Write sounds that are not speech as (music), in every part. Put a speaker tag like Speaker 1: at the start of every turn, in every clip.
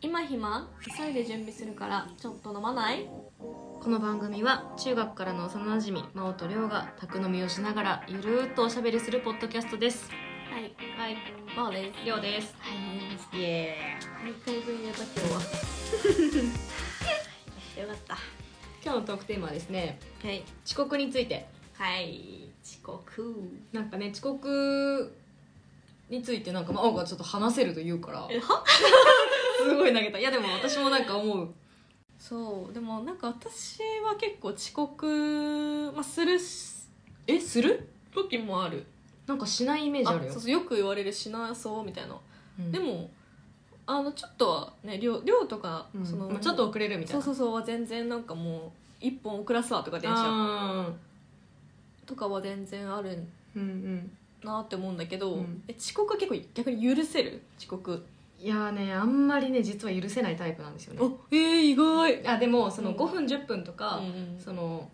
Speaker 1: 今暇急いで準備するからちょっと飲まない
Speaker 2: この番組は中学からの幼馴染み真央と亮が宅飲みをしながらゆるーっとおしゃべりするポッドキャストです
Speaker 1: はい
Speaker 2: はい
Speaker 1: まあです
Speaker 2: 亮です
Speaker 1: はい飲みます
Speaker 2: イエ
Speaker 1: 2回分言えた今日はよかった
Speaker 2: ー今日のトークテーマはですね
Speaker 1: はい
Speaker 2: 遅刻について
Speaker 1: はい遅刻
Speaker 2: なんかね遅刻についてなんか真央がちょっと話せると言うから
Speaker 1: えは
Speaker 2: すごい投げたいやでも私もなんか思う
Speaker 1: そうでもなんか私は結構遅刻、まあ、するし
Speaker 2: えする
Speaker 1: 時もある
Speaker 2: なんかしないイメージあるよ
Speaker 1: そうそうよく言われるしなそうみたいな、
Speaker 2: うん
Speaker 1: でもあのちょっとはね量量とか、
Speaker 2: うん
Speaker 1: その
Speaker 2: まあちょっと遅れるみたい
Speaker 1: そう
Speaker 2: な
Speaker 1: そうそうは全然なんかもう1本遅らすわとか電車
Speaker 2: あ
Speaker 1: とかは全然ある
Speaker 2: ーうんうん
Speaker 1: なって思うんだけど、
Speaker 2: うん
Speaker 1: え遅刻は結構逆に許せる遅刻
Speaker 2: いやーねあんまりね実は許せないタイプなんですよね
Speaker 1: おえー、意外
Speaker 2: (laughs) あでもその
Speaker 1: うん
Speaker 2: 5分10分と
Speaker 1: あ
Speaker 2: か、
Speaker 1: うん
Speaker 2: その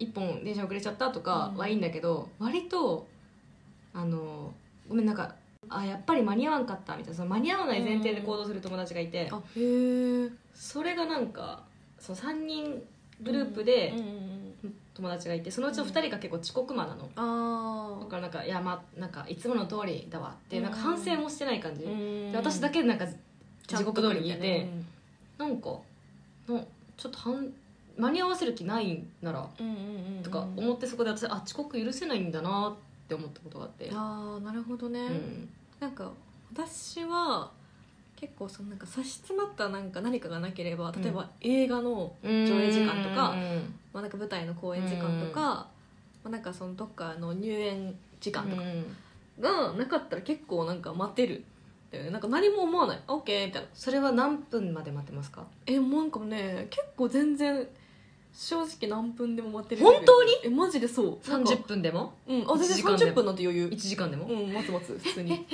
Speaker 2: 1本電車遅れちゃったとか
Speaker 1: うん
Speaker 2: はいいんだけど、割とあのごめんなんかあやっぱり間に合わんかったみたいなその間に合わない前提で行動する友達がいて、
Speaker 1: あへえ
Speaker 2: それがなんかそう3人グループで
Speaker 1: うんうんうん、
Speaker 2: 友達がいてそのうちの2人が結構遅刻魔なの、
Speaker 1: あ
Speaker 2: だ
Speaker 1: あ
Speaker 2: からなんかいやまあなんかいつもの通りだわって、
Speaker 1: うん
Speaker 2: なんか反省もしてない感じ、で私だ
Speaker 1: け
Speaker 2: けなんか時刻通りにいて、なんかのちょっとはん間に合わせる気ないなら
Speaker 1: うんうんうんうん
Speaker 2: とか思ってそこで私あ遅刻許せないんだなって思ったことがあって、
Speaker 1: ああなるほどね、
Speaker 2: うん
Speaker 1: なんか私は結構そのなんか差し詰まったなんか何かがなければ例え
Speaker 2: う
Speaker 1: ば映画の、
Speaker 2: 上
Speaker 1: 映時間とか
Speaker 2: うん
Speaker 1: まあ、なんか舞台の公演時間とか、
Speaker 2: うん
Speaker 1: まあ、なんかそのどっかの入園時間と
Speaker 2: う
Speaker 1: か
Speaker 2: ん
Speaker 1: がなかったら結構なんか待てるんだよねなんか何も思わない「あオッケーみたいな
Speaker 2: それは何分まで待ってますか
Speaker 1: えもうなんかね結構全然正直何分でも待てる
Speaker 2: 本当に
Speaker 1: えマジでそうなんか
Speaker 2: 30分でも
Speaker 1: うんあ全
Speaker 2: 一時
Speaker 1: 然
Speaker 2: 間でも
Speaker 1: 30分なんて余裕
Speaker 2: 1時間でも、
Speaker 1: うん待つ待つ普通に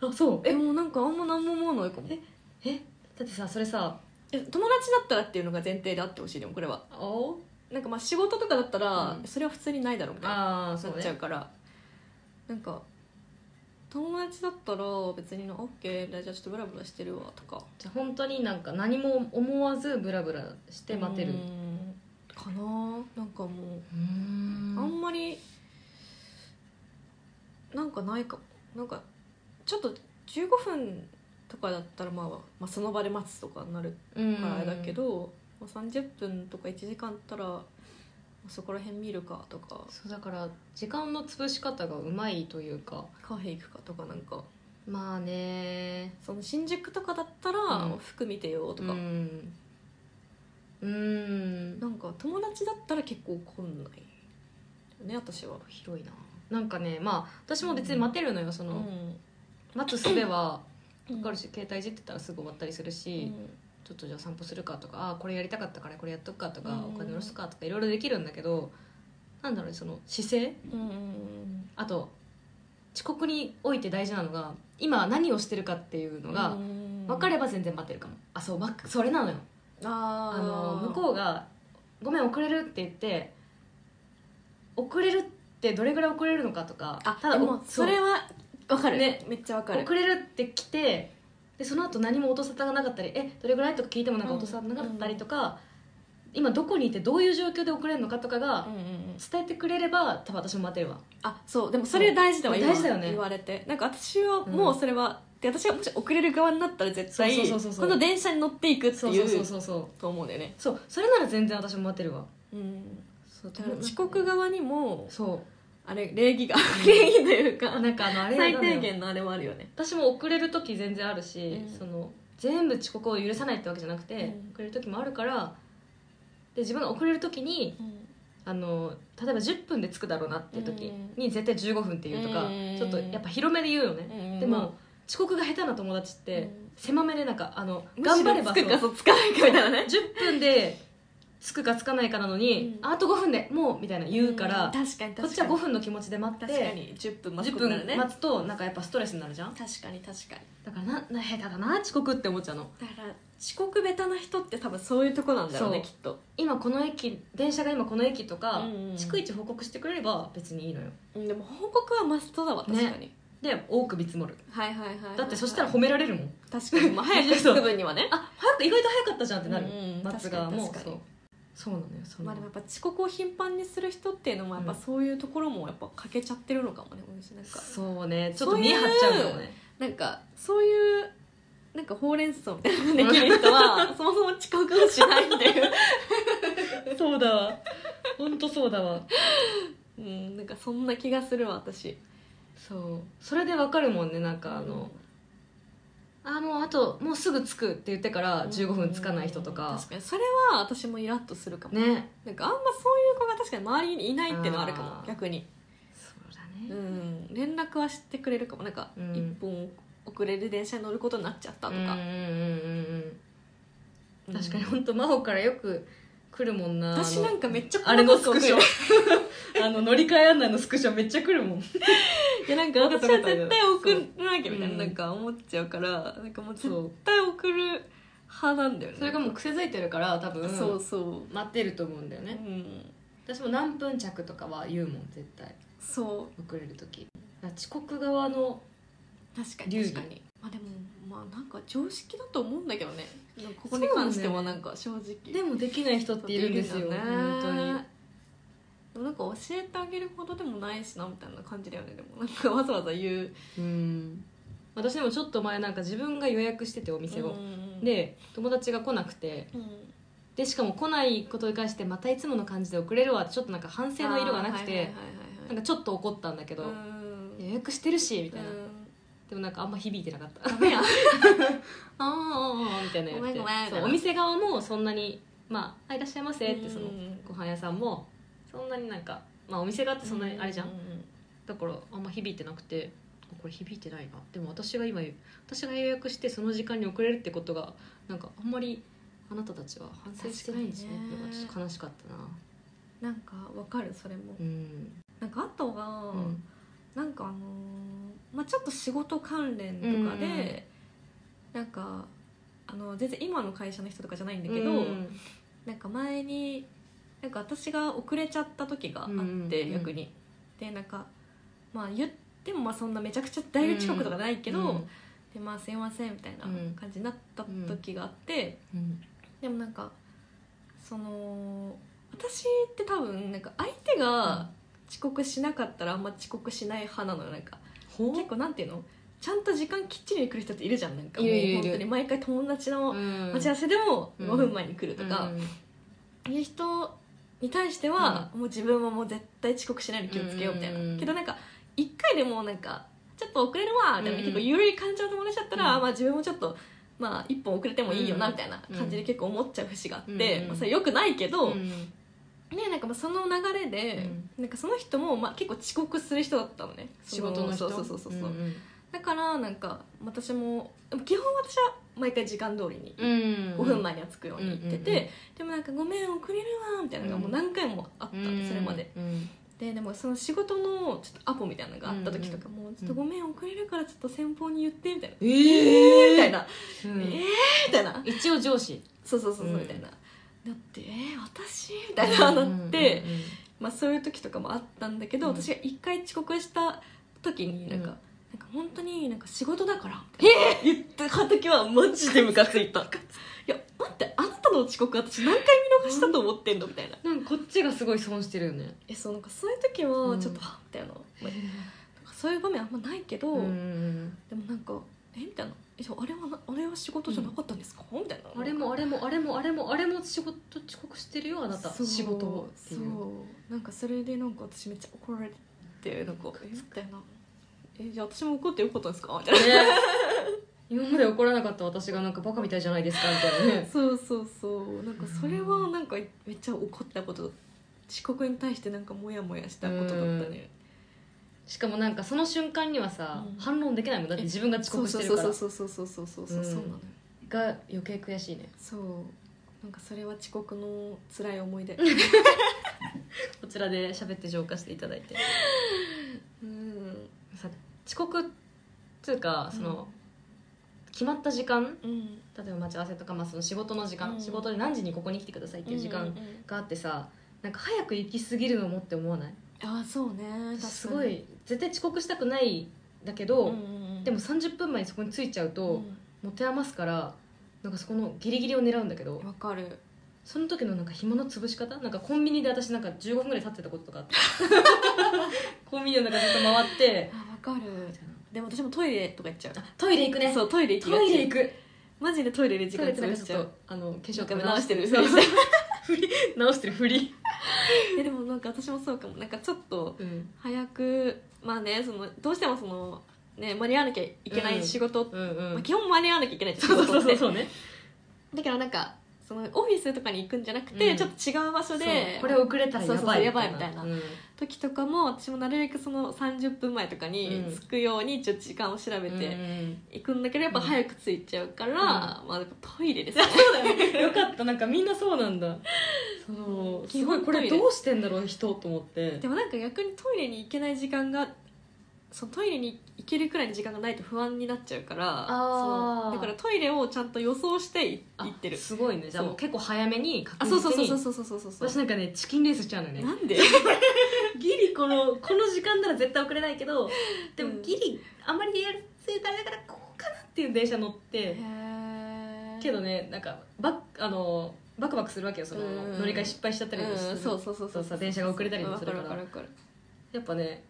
Speaker 2: あそう
Speaker 1: え
Speaker 2: え
Speaker 1: もうなんかあんま何も思わないかも
Speaker 2: ええだってさそれさ
Speaker 1: え友達だったらっていうのが前提であってほしいでもこれは
Speaker 2: お
Speaker 1: なんかまあ仕事とかだったら、
Speaker 2: うん
Speaker 1: それは普通にないだろうみたいな
Speaker 2: ああそ
Speaker 1: な
Speaker 2: う
Speaker 1: っちゃう
Speaker 2: ね
Speaker 1: からなんか友達だったら別にの「オッケーじゃあちょっとブラブラしてるわ」とか
Speaker 2: じゃあ本当になんか何も思わずブラブラして待てる
Speaker 1: うーんかななんかもう、
Speaker 2: うん
Speaker 1: あんまりなんかないかもなんかちょっと15分とかだったら、まあ、まあその場で待つとかになる
Speaker 2: うん
Speaker 1: からあれだけど、まあ、30分とか1時間あったらまあそこら辺見るかとか
Speaker 2: そうだから時間の潰し方がうまいというか
Speaker 1: カフェ行くかとかなんか
Speaker 2: まあね
Speaker 1: その新宿とかだったら、
Speaker 2: うん
Speaker 1: 服見てよと
Speaker 2: と
Speaker 1: か、
Speaker 2: かうんうん
Speaker 1: なんか友達だったら結構怒んないよね私は
Speaker 2: 広いななんかねまあ私も別に待てるのよそ
Speaker 1: うん
Speaker 2: の、待つ術は
Speaker 1: うん
Speaker 2: 分かるし、携帯いじってたらすぐ終わったりする
Speaker 1: う
Speaker 2: し、
Speaker 1: ん
Speaker 2: ちょっとじゃあ散歩するかとかあーこれやりたかったからこれやっとくかとか、
Speaker 1: うん
Speaker 2: お金下ろすかとかいろいろできるんだけどなんだろうねその姿勢
Speaker 1: うんうん
Speaker 2: あと遅刻において大事なのが今何をしてるかっていうのが
Speaker 1: うん
Speaker 2: 分かれば全然待ってるかも、あそうまそれなのよ
Speaker 1: あ
Speaker 2: あの向
Speaker 1: う
Speaker 2: こうが「ごめん遅れる」って言って遅れるってどれぐらい遅れるのかとか
Speaker 1: あ
Speaker 2: た
Speaker 1: た
Speaker 2: だ
Speaker 1: だ
Speaker 2: お
Speaker 1: も
Speaker 2: う
Speaker 1: それはわかる
Speaker 2: ね
Speaker 1: めっちゃわかる
Speaker 2: 遅れるって来てでその後何も落とさがなかったり「えどれぐらい?」とか聞いてもなんか落とさなかったりとか、今どこにいてどういう状況で遅れるのかとか
Speaker 1: う
Speaker 2: が
Speaker 1: んうんうん
Speaker 2: 伝えてくれれば多分私も待てるわ
Speaker 1: あそうでもそれ大事だわ
Speaker 2: そう
Speaker 1: 今
Speaker 2: 大事だよね
Speaker 1: 言われてなんか私はもうそれは、で私がもし遅れる側になったら絶対
Speaker 2: そうそ
Speaker 1: こ
Speaker 2: うそうそう
Speaker 1: の電車に乗っていくって
Speaker 2: そうそう
Speaker 1: い
Speaker 2: そううそうそう
Speaker 1: と思うんだよね
Speaker 2: そうそれなら全然私も待てるわ
Speaker 1: うん
Speaker 2: そう
Speaker 1: だから遅刻側にも
Speaker 2: そ
Speaker 1: あれ礼儀が礼儀というか
Speaker 2: うなんかあのあれなの
Speaker 1: 最
Speaker 2: よ
Speaker 1: 低限のあれもあるよね
Speaker 2: 私も遅れる時全然あるし、
Speaker 1: うん
Speaker 2: その全部遅刻を許さないってわけじゃなくて、
Speaker 1: うん
Speaker 2: 遅れる時もあるからで自分が遅れる時にあの例えば10分で着くだろうなっていう時に絶対15分って言うとか、
Speaker 1: うん
Speaker 2: ちょっとやっぱ広めで言うよね、で
Speaker 1: で
Speaker 2: も、遅刻が下手な友達って、
Speaker 1: うん
Speaker 2: 狭めでなんかあの
Speaker 1: 頑
Speaker 2: 頑張
Speaker 1: 張れ
Speaker 2: れば
Speaker 1: ば
Speaker 2: そ
Speaker 1: そ
Speaker 2: う
Speaker 1: うつかないかみたいなね
Speaker 2: 10分で着くか着かないかなのに、
Speaker 1: うん
Speaker 2: ああと5分でもうみたいな言うから、こ
Speaker 1: 確かに確かに
Speaker 2: っちは5分の気持ちで待っ
Speaker 1: 確か
Speaker 2: て
Speaker 1: に10分待
Speaker 2: 10
Speaker 1: つことになるね
Speaker 2: 分待つとなんかやっぱストレスになるじゃん
Speaker 1: 確かに確かに
Speaker 2: だからなな下手だな遅刻って思っちゃうの
Speaker 1: だから遅刻ベタな人って多分そういうとこなんだろうね
Speaker 2: そ
Speaker 1: きっと
Speaker 2: 今この駅電車が今この駅とか、
Speaker 1: うんうん
Speaker 2: 逐一報告してくれれば別にいいのよ
Speaker 1: うんでも報告はマストだわ確かに
Speaker 2: で多く見積もる
Speaker 1: はいはいはいはい
Speaker 2: だってそしたら褒められるもん
Speaker 1: 確かに、まあ、早く着く分にはね
Speaker 2: あ早く意外と早かったじゃんってなる、
Speaker 1: うんうん
Speaker 2: 夏がもう
Speaker 1: 確かに
Speaker 2: そうそうなのよその
Speaker 1: まあでもやっぱ遅刻を頻繁にする人っていうのもやっぱ
Speaker 2: うん
Speaker 1: そういうところもやっぱ欠けちゃってるのかもね、私なんか
Speaker 2: そうねちょっ
Speaker 1: そう
Speaker 2: と
Speaker 1: いう
Speaker 2: 見え張っちゃうのもね
Speaker 1: (laughs) なんかそういうなんかほうれん草みたいなのができる人
Speaker 2: (laughs)
Speaker 1: はそもそも遅刻をしないっていう、
Speaker 2: そうだわ本当そうだわ
Speaker 1: うん、なんかそんな気がするわ私
Speaker 2: そうそれでわかるもんねなんかあの、あもうあともうすぐ着くって言ってから15分着かない人と
Speaker 1: うん
Speaker 2: か
Speaker 1: 確、かにそれは私もイラッとするかも、
Speaker 2: ね
Speaker 1: なんかあんまそういう子が確かに周りにいないっていうのはあるか
Speaker 2: あ
Speaker 1: も
Speaker 2: ー
Speaker 1: 逆に、
Speaker 2: そうだ
Speaker 1: う
Speaker 2: ね、
Speaker 1: ん、連絡はしてくれるかもなんか
Speaker 2: うん
Speaker 1: 一本遅れる電車に乗ることになっちゃった
Speaker 2: う
Speaker 1: と
Speaker 2: んうん
Speaker 1: か、
Speaker 2: うんうんう
Speaker 1: うんん
Speaker 2: 確かに本当真帆からよく来るもんな
Speaker 1: 私なんかめっちゃ
Speaker 2: あのあれのス
Speaker 1: 細
Speaker 2: ク
Speaker 1: かく
Speaker 2: ショ (laughs) あの乗り換え案内のスクショめっちゃ来るもん
Speaker 1: いやなんか
Speaker 2: わかった
Speaker 1: 私は絶対
Speaker 2: わかった
Speaker 1: 送らなきゃみたいな
Speaker 2: うん
Speaker 1: なんか思っちゃうからなんかもう絶
Speaker 2: そう
Speaker 1: 対送る派なんだよね
Speaker 2: それがもう癖づいてるから多分
Speaker 1: そうそう
Speaker 2: 待ってると思うんだよね
Speaker 1: うん
Speaker 2: 私も何分着とかは言うもん絶対
Speaker 1: そ
Speaker 2: 遅れる時だから遅刻側の
Speaker 1: う確か
Speaker 2: 流
Speaker 1: に
Speaker 2: 儀
Speaker 1: 確かにまあでもまあなんか常識だと思うんだけどねなんかここに関してはなんか正直
Speaker 2: でもできない人っているんですよ
Speaker 1: ね
Speaker 2: 本当に
Speaker 1: でもなんか教えてあげることでもないしなみたいな感じだよねでもなんかわざわざ言う
Speaker 2: うん私でもちょっと前なんか自分が予約しててお店を、
Speaker 1: うん
Speaker 2: で友達が来なくて
Speaker 1: うん
Speaker 2: でしかも来ないことに関してまたいつもの感じで遅れるわってちょっとなんか反省の色がなくて、
Speaker 1: あーはいはいはいはい
Speaker 2: なんかちょっと怒ったんだけど、
Speaker 1: うん
Speaker 2: 予約してるしみたいな、
Speaker 1: うん
Speaker 2: でもなんかあんま響いてなかった
Speaker 1: ダメや
Speaker 2: ああみたいな言われて
Speaker 1: ごめんごめん
Speaker 2: そうお店側もそんなに「まああいらっしゃいませ」ってその
Speaker 1: うん
Speaker 2: ご飯屋さんもそんなになんかまあお店側ってそんなにあれじゃん、
Speaker 1: う
Speaker 2: だからあんま響いてなくてあこれ響いてないなでも私が今私が予約してその時間に遅れるってことがなんかあんまりあなたたちは反省してないんですね
Speaker 1: 確かにね
Speaker 2: っていうのがちょっと悲しかったな
Speaker 1: なんかわかるそれも
Speaker 2: うん
Speaker 1: なんかあとは、
Speaker 2: うん
Speaker 1: なんかあのーまあ、ちょっと仕事関連とかで、なんかあの全然今の会社の人とかじゃないんだけど、
Speaker 2: うん
Speaker 1: なんか前になんか私が遅れちゃった時があって、
Speaker 2: うんうん
Speaker 1: 逆にでなんかまあ言ってもまあそんなめちゃくちゃ大学近くとかないけど、
Speaker 2: うん
Speaker 1: でまあすいませんみたいな
Speaker 2: うん
Speaker 1: 感じになった時があって、
Speaker 2: うん
Speaker 1: でもなんかその私って多分なんか相手が遅刻しなかったらあんま遅刻しない派なのよなんか
Speaker 2: ほ
Speaker 1: 結構なんていうのちゃんと時間きっちり来る人っているじゃんなんかもう
Speaker 2: いるいるいる
Speaker 1: 本当に毎回友達の
Speaker 2: うん
Speaker 1: 待ち合わせでも
Speaker 2: うん
Speaker 1: 5分前に来るとか
Speaker 2: うん
Speaker 1: いう人に対してはもう自分はもう絶対遅刻しないように気をつけようみたい
Speaker 2: うん
Speaker 1: なけどなんか一回でもなんかちょっと遅れるわみたいな
Speaker 2: うん
Speaker 1: 結構緩い感情の友達だったら
Speaker 2: うん
Speaker 1: まあ自分もちょっと。まあ、一本遅れてもいいよな
Speaker 2: うん
Speaker 1: みたいな感じで結構思っちゃう節があって、
Speaker 2: うん
Speaker 1: まあ、それよくないけど、
Speaker 2: うん
Speaker 1: ねなんかまあその流れで、なんかその人もまあ結構遅刻する人だったのね
Speaker 2: 仕事の人
Speaker 1: そうそうそうそう、
Speaker 2: んん
Speaker 1: だからなんか私もでも基本私は毎回時間通りに
Speaker 2: うん
Speaker 1: 5分前には着くように行ってて、
Speaker 2: うんうん
Speaker 1: でもなんか「ごめん遅れるわ」みたいなのがもう何回もあった、
Speaker 2: うん
Speaker 1: それまで
Speaker 2: うん
Speaker 1: ででもその仕事のちょっとアポみたいなのがあった時とかも「ちょっとごめん遅れるからちょっと先方に言って」みたいな「
Speaker 2: え
Speaker 1: えー」みた
Speaker 2: え
Speaker 1: いな「えー」
Speaker 2: ー
Speaker 1: みたいな
Speaker 2: 一応上司
Speaker 1: 「そうそうそうそう
Speaker 2: う」ん
Speaker 1: みたいな。だって「えー、私?」みたいななって、まあ、そういう時とかもあったんだけど、
Speaker 2: うん
Speaker 1: 私が一回遅刻した時になんか、
Speaker 2: うん
Speaker 1: なんか本当になんか仕事だからみたいな言ってた時はマジでムカついたいや待ってあなたの遅刻私何回見逃したと思ってんのみたいな
Speaker 2: なんかこっちがすごい損してるよね
Speaker 1: えそうなんかそういう時はちょっと、
Speaker 2: うん
Speaker 1: はみたいな,、まあなんかそういう場面あんまないけど、
Speaker 2: うん
Speaker 1: でもなんかえみたいなえじゃああれはなあれは仕事じゃなかったんですか、みたいな
Speaker 2: あれもあれもあれもあれもあれも仕事遅刻してるよあなた
Speaker 1: そう
Speaker 2: 仕事をってい
Speaker 1: そううなんかそれでなんか私めっちゃ怒られてなんかえみたいなえじゃあ私も怒ってよかったんですかみたいな
Speaker 2: ね今まで怒らなかった私がなんかバカみたいじゃないですかみたいなね
Speaker 1: そうそうそうなんかそれはなんかめっちゃ怒ったこと遅刻に対してなんかモヤモヤしたことだったね
Speaker 2: しかもなんかその瞬間にはさ
Speaker 1: うん
Speaker 2: 反論できないもんだって自分が遅刻してるから
Speaker 1: そうそうそうそうそうそうそうそううんそうなのよ
Speaker 2: が余計悔しいね
Speaker 1: そうなんかそれは遅刻の辛い思い出
Speaker 2: こちらで喋って浄化していただいて
Speaker 1: うん
Speaker 2: さ遅刻っていうかその決まった時間
Speaker 1: うん
Speaker 2: 例えば待ち合わせとかまあその仕事の時間
Speaker 1: うん
Speaker 2: 仕事で何時にここに来てくださいっていう時
Speaker 1: うんうん
Speaker 2: 間
Speaker 1: うん
Speaker 2: があってさなんか早く行き過ぎるのもって思わない
Speaker 1: ああそうね確かに
Speaker 2: すごい絶対遅刻したくないだけど、
Speaker 1: うん
Speaker 2: でも30分前にそこに着いちゃう
Speaker 1: う
Speaker 2: と、
Speaker 1: ん
Speaker 2: 持て余すからなんかそこのギリギリを狙うんだけど
Speaker 1: わ、かる
Speaker 2: その時のなんか暇の潰し方なんかコンビニで私なんか15分ぐらい経ってたこととかあって (laughs) コンビニの中ずっと回って
Speaker 1: あわかるでも私もトイレとか行っちゃう
Speaker 2: あトイレ行くね
Speaker 1: そうトイレ行きがち
Speaker 2: トイレ行く
Speaker 1: マジでトイレで時
Speaker 2: トイ
Speaker 1: 間
Speaker 2: レってな
Speaker 1: 潰
Speaker 2: ん
Speaker 1: し
Speaker 2: かち
Speaker 1: ち
Speaker 2: ょ
Speaker 1: ゃ
Speaker 2: っ
Speaker 1: う
Speaker 2: とあの化粧
Speaker 1: なん
Speaker 2: と
Speaker 1: か
Speaker 2: か
Speaker 1: 直してる
Speaker 2: そう
Speaker 1: そう
Speaker 2: 直してるふり、
Speaker 1: え
Speaker 2: (laughs)
Speaker 1: でもなんか私もそうかもなんかちょっと
Speaker 2: うん
Speaker 1: 早くまあねそのどうしてもそのね間に合わなきゃいけな
Speaker 2: うん
Speaker 1: い仕事、
Speaker 2: うん
Speaker 1: ま
Speaker 2: う
Speaker 1: あ、
Speaker 2: ん
Speaker 1: 基本間に合わなきゃいけないじゃん仕
Speaker 2: そ
Speaker 1: 事って
Speaker 2: うそうそうそうね
Speaker 1: だからなんかそのオフィスとかに行くんじゃなくて、
Speaker 2: うん
Speaker 1: ちょっと違う場所で
Speaker 2: そうこれ遅れたら
Speaker 1: そうそ
Speaker 2: や
Speaker 1: うそ
Speaker 2: ば
Speaker 1: う
Speaker 2: い
Speaker 1: やばいみたいな
Speaker 2: うん
Speaker 1: 時とかも私もなるべくその30分前とかに
Speaker 2: うん
Speaker 1: 着くようにちょっと時間を調べ
Speaker 2: う
Speaker 1: て
Speaker 2: ん
Speaker 1: 行くんだけどやっぱ早く着いちゃうから、
Speaker 2: ん
Speaker 1: まあやっぱトイレですね
Speaker 2: よかったなんかみんなそうなんだそう
Speaker 1: 基
Speaker 2: すご
Speaker 1: 本
Speaker 2: いこれどうしてんだろう人と思って
Speaker 1: でもなんか逆にトイレに行けない時間がそのトイレに行けるくらいの時間がないと不安になっちゃうから
Speaker 2: あー
Speaker 1: そうだからトイレをちゃんと予想してい
Speaker 2: あ
Speaker 1: 行ってる
Speaker 2: すごいねじゃあもう
Speaker 1: そう
Speaker 2: 結構早めに
Speaker 1: あ
Speaker 2: 確
Speaker 1: そうそう
Speaker 2: 実
Speaker 1: そう
Speaker 2: に
Speaker 1: そうそうそうそうそう
Speaker 2: 私なんかねチキンレースしちゃうのよね
Speaker 1: なんで
Speaker 2: ギリこのこの時間なら絶対遅れないけどで
Speaker 1: う
Speaker 2: も
Speaker 1: ん
Speaker 2: ギリあんまりリアル性あれだからこうかなっていう電車乗ってけど
Speaker 1: ね
Speaker 2: ねなんかバッあのバクバクするわけよその
Speaker 1: うん
Speaker 2: 乗り換え失敗しちゃったりもす
Speaker 1: う
Speaker 2: る
Speaker 1: んそうそうそう
Speaker 2: そうさ電車が遅れたりもするから
Speaker 1: わかるわかるわかる
Speaker 2: やっぱね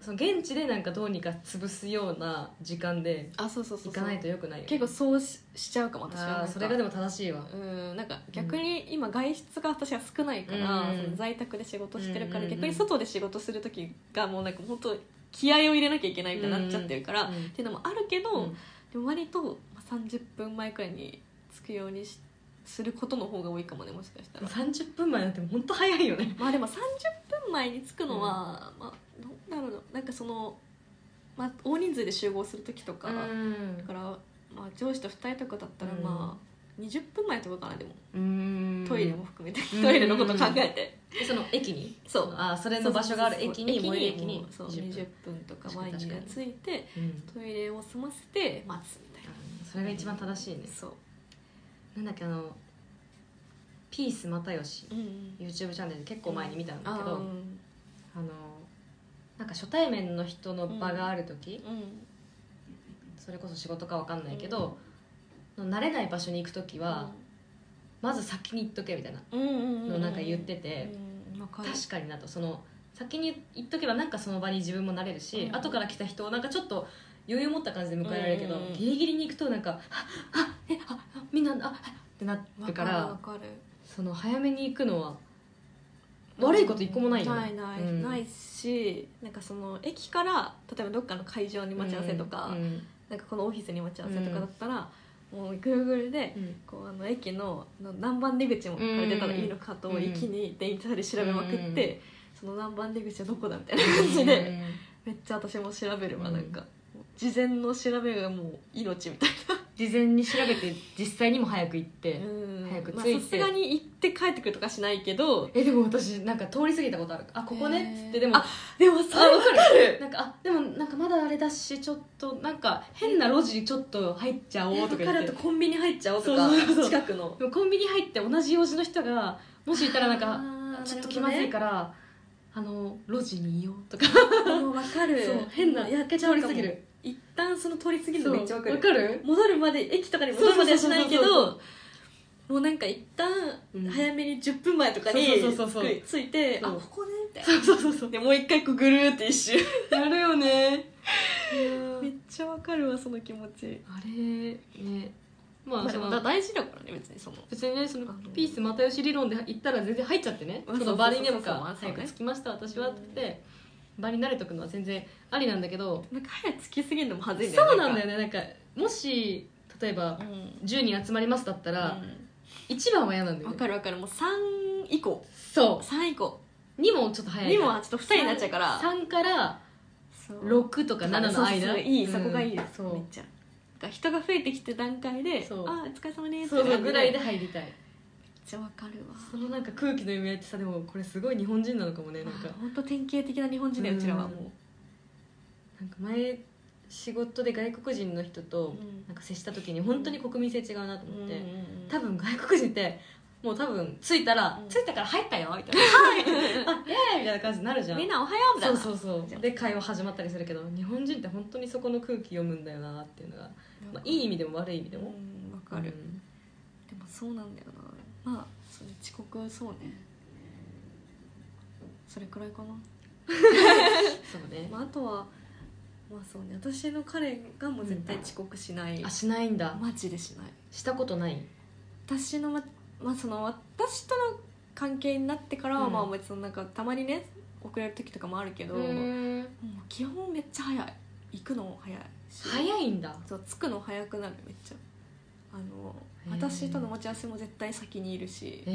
Speaker 2: その現地でなんかどうにか潰すような時間で
Speaker 1: あそうそうそ
Speaker 2: 行
Speaker 1: うそ
Speaker 2: か
Speaker 1: う
Speaker 2: ないとよくないよね
Speaker 1: 結構そうししちゃうかも私は
Speaker 2: あ
Speaker 1: な
Speaker 2: ー
Speaker 1: んか
Speaker 2: それがでも正しいわ
Speaker 1: うんなんか逆に今外出が私は少ないから、
Speaker 2: うん
Speaker 1: その在宅で仕事してるから、
Speaker 2: うん
Speaker 1: 逆に外で仕事する時がもうなんか本当気合を入れなきゃいけないみたいになっちゃってるから、
Speaker 2: うん
Speaker 1: っていうのもあるけど、
Speaker 2: うん
Speaker 1: でも割とまあ30分前くらいに着くようにしすることの方が多いかもねもしかしたら
Speaker 2: 30分前なんて本当早いよね
Speaker 1: まあでも30分前に着くのは、まあなんだろうななんかその、まあ、大人数で集合する時とか、だから、まあ、上司と2人とかだったら
Speaker 2: うん
Speaker 1: まあ、20分前とかかなでも
Speaker 2: うん
Speaker 1: トイレも含めて、
Speaker 2: うん
Speaker 1: トイレのこと考えて、
Speaker 2: でその駅に
Speaker 1: そう
Speaker 2: あーそれの場所がある駅に
Speaker 1: そう
Speaker 2: 最
Speaker 1: そうそ
Speaker 2: 寄
Speaker 1: う
Speaker 2: り駅に
Speaker 1: もうそう
Speaker 2: 20
Speaker 1: 20
Speaker 2: 分
Speaker 1: 分とか前にが
Speaker 2: 確かに確
Speaker 1: ついて
Speaker 2: うん
Speaker 1: トイレを済ませて待つみたいな
Speaker 2: それが一番正しいね
Speaker 1: そう、
Speaker 2: なんだっけあのピース又吉
Speaker 1: うんうん、
Speaker 2: YouTube チャンネルで結構前に見たんだ
Speaker 1: あ
Speaker 2: け
Speaker 1: ー
Speaker 2: ど、
Speaker 1: うん
Speaker 2: あのなんか初対面の人の場がある時、
Speaker 1: うん
Speaker 2: それこそ仕事かわかんないけど、の慣れない場所に行く時は、まず先に行っとけみたいな
Speaker 1: うんうん
Speaker 2: のをなんか言ってて、
Speaker 1: うんわかる
Speaker 2: 確かになとその先に行っとけばなんかその場に自分もなれるし、
Speaker 1: うん
Speaker 2: 後から来た人をなんかちょっと余裕持った感じで迎えられるけど、
Speaker 1: うん
Speaker 2: ギリギリに行くとなんか「ああえああみんなああってなるか
Speaker 1: わか
Speaker 2: ら
Speaker 1: るわかる
Speaker 2: その早めに行くのは悪いこと一個もないよね
Speaker 1: ないない、
Speaker 2: うん
Speaker 1: ないしなんかその駅から例えばどっかの会場に待ち合わせとか、
Speaker 2: うん
Speaker 1: なんかこのオフィスに待ち合わせとかだったら、もう Google で
Speaker 2: うん
Speaker 1: こうあの駅のの何番出口もこれ出たらいいのかと
Speaker 2: うん
Speaker 1: 駅に電車で調べまくって、その何番出口はどこだみたいな感じで、 (laughs) めっちゃ私も調べるわ、
Speaker 2: うん
Speaker 1: なんか事前の調べがもう命みたい
Speaker 2: 事前に調べて実際にも早く行って、
Speaker 1: な、
Speaker 2: 早く着い
Speaker 1: まあさ
Speaker 2: て
Speaker 1: すがに行って帰ってくるとかしないけど
Speaker 2: えでも私なんか通り過ぎたことあるあここねっつってでも
Speaker 1: あでもそ
Speaker 2: あ
Speaker 1: れ
Speaker 2: わ
Speaker 1: は
Speaker 2: かるなんかあでもなんかまだあれだしちょっとなんか変な路地にちょっと入っちゃおうとか
Speaker 1: カ
Speaker 2: 言っ
Speaker 1: ラ
Speaker 2: て
Speaker 1: とコンビニ入っちゃおうとか
Speaker 2: そうそうそう
Speaker 1: 近くの
Speaker 2: でもコンビニ入って同じ用事の人がもしいたらなん
Speaker 1: あ
Speaker 2: か
Speaker 1: ー
Speaker 2: ちょっと気まずいから、あの路地にいようとか
Speaker 1: なるほどねもうわかる
Speaker 2: そう変な
Speaker 1: やっちゃ
Speaker 2: 通
Speaker 1: う
Speaker 2: り
Speaker 1: か
Speaker 2: 過
Speaker 1: も
Speaker 2: ぎる
Speaker 1: 一旦その通り過ぎる
Speaker 2: そ
Speaker 1: の
Speaker 2: う
Speaker 1: めっちゃわかる
Speaker 2: る
Speaker 1: 戻るまで駅とかに戻るまではしないけ
Speaker 2: そうそうそうそう
Speaker 1: どもうなんか一旦
Speaker 2: うん
Speaker 1: 早めに10分前とかに
Speaker 2: そうそうそうそう
Speaker 1: ついてあ
Speaker 2: そう
Speaker 1: ここねみたい
Speaker 2: そうそうそうそ
Speaker 1: なでもう一回こうぐるーって一周
Speaker 2: うやるよね
Speaker 1: めっちゃわかるわその気持ち
Speaker 2: あれねま
Speaker 1: ま
Speaker 2: あ
Speaker 1: あで
Speaker 2: そ
Speaker 1: も
Speaker 2: の
Speaker 1: だ大事だからね別にその
Speaker 2: 別にねその
Speaker 1: あの
Speaker 2: ピース又吉理論で行ったら全然入っちゃってね
Speaker 1: うん
Speaker 2: その場にで
Speaker 1: そうそ
Speaker 2: も
Speaker 1: うそうそうそ
Speaker 2: か
Speaker 1: う
Speaker 2: 早
Speaker 1: ね
Speaker 2: く着きました私はって言って場に慣れとくのは全然ありなんだけど
Speaker 1: なんか早くつきすぎるのも恥ずい
Speaker 2: そうなんだよ
Speaker 1: ね
Speaker 2: ねなんかもし例えば
Speaker 1: なんかうん
Speaker 2: 10人集まりますだったら
Speaker 1: う
Speaker 2: 1番は嫌なんだ
Speaker 1: ん
Speaker 2: よ
Speaker 1: わ
Speaker 2: ね
Speaker 1: かるわかるもう3以降
Speaker 2: そ
Speaker 1: 3以降
Speaker 2: う2もちょっと早い
Speaker 1: にもちょっと2人になっちゃうから
Speaker 2: 3から
Speaker 1: そう
Speaker 2: 6とか7の間
Speaker 1: そうそうそういい、
Speaker 2: うん
Speaker 1: そこがいいです
Speaker 2: そ
Speaker 1: めっ
Speaker 2: う
Speaker 1: ちゃだから人が増えてきて段階で「あ
Speaker 2: そう
Speaker 1: あお疲れ様です」
Speaker 2: そうそう
Speaker 1: って
Speaker 2: ぐらいで入りたい
Speaker 1: めっちゃわかるわ
Speaker 2: そのなんか空気の読み合いってさでもこれすごい日本人なのかもねなんか
Speaker 1: 本当典型的な日本人だよ
Speaker 2: うん
Speaker 1: うちらはも
Speaker 2: なんか前仕事で外国人の人
Speaker 1: う、
Speaker 2: と
Speaker 1: うん
Speaker 2: なんか接した時に本当に国民性違うなと
Speaker 1: うん
Speaker 2: 思って、
Speaker 1: うんうん
Speaker 2: 多分外国人ってもう多分着いたら、
Speaker 1: うん
Speaker 2: 着いたから入ったよみたいな「はい」 (laughs) あ「ええ」みたいな感じになるじゃん
Speaker 1: みんなおはようみたい
Speaker 2: そう
Speaker 1: な
Speaker 2: そうそうで会話始まったりするけど日本人って本当にそこの空気読むんだよなっていうのが、まあ、いい意味でも悪い意味でも、
Speaker 1: うんわかる、でもそうなんだよなまあそれ遅刻はそうねそれくらいかな、
Speaker 2: そうね、
Speaker 1: まあ、あとはまあそうね私の彼がもう絶対遅刻しない、
Speaker 2: あしないんだ
Speaker 1: マジでしない
Speaker 2: したことない
Speaker 1: 私のままあその私との関係になってからは、
Speaker 2: うん
Speaker 1: まあ別になんかたまにね遅れる時とかもあるけど、もう基本めっちゃ早い行くのも早いし
Speaker 2: 早いんだ
Speaker 1: そう着くの早くなるめっちゃあの
Speaker 2: へー
Speaker 1: 私との待ち合わせも絶対先にいるし
Speaker 2: え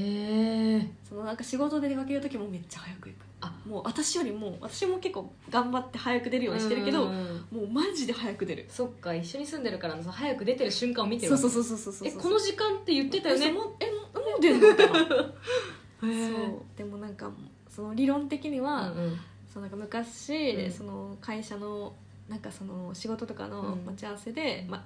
Speaker 2: ー、
Speaker 1: そのなんか仕事で出かける時もめっちゃ早く行く
Speaker 2: あ
Speaker 1: もう私よりも私も結構頑張って早く出るようにしてるけど
Speaker 2: う
Speaker 1: も
Speaker 2: ん
Speaker 1: うマジで早く出る
Speaker 2: そっか一緒に住んでるからさ早く出てる瞬間を見てる
Speaker 1: そうそううそうそうそうそう
Speaker 2: えこの時間って言ってたよ
Speaker 1: え
Speaker 2: ね
Speaker 1: もうえもうもう出るのみたいな
Speaker 2: そ
Speaker 1: そうでもなんかその理論的には、
Speaker 2: うんうん
Speaker 1: そのなんか昔、
Speaker 2: うん
Speaker 1: その会社のなんかその仕事とか
Speaker 2: う
Speaker 1: の
Speaker 2: ん
Speaker 1: 待ち合わせで、ま、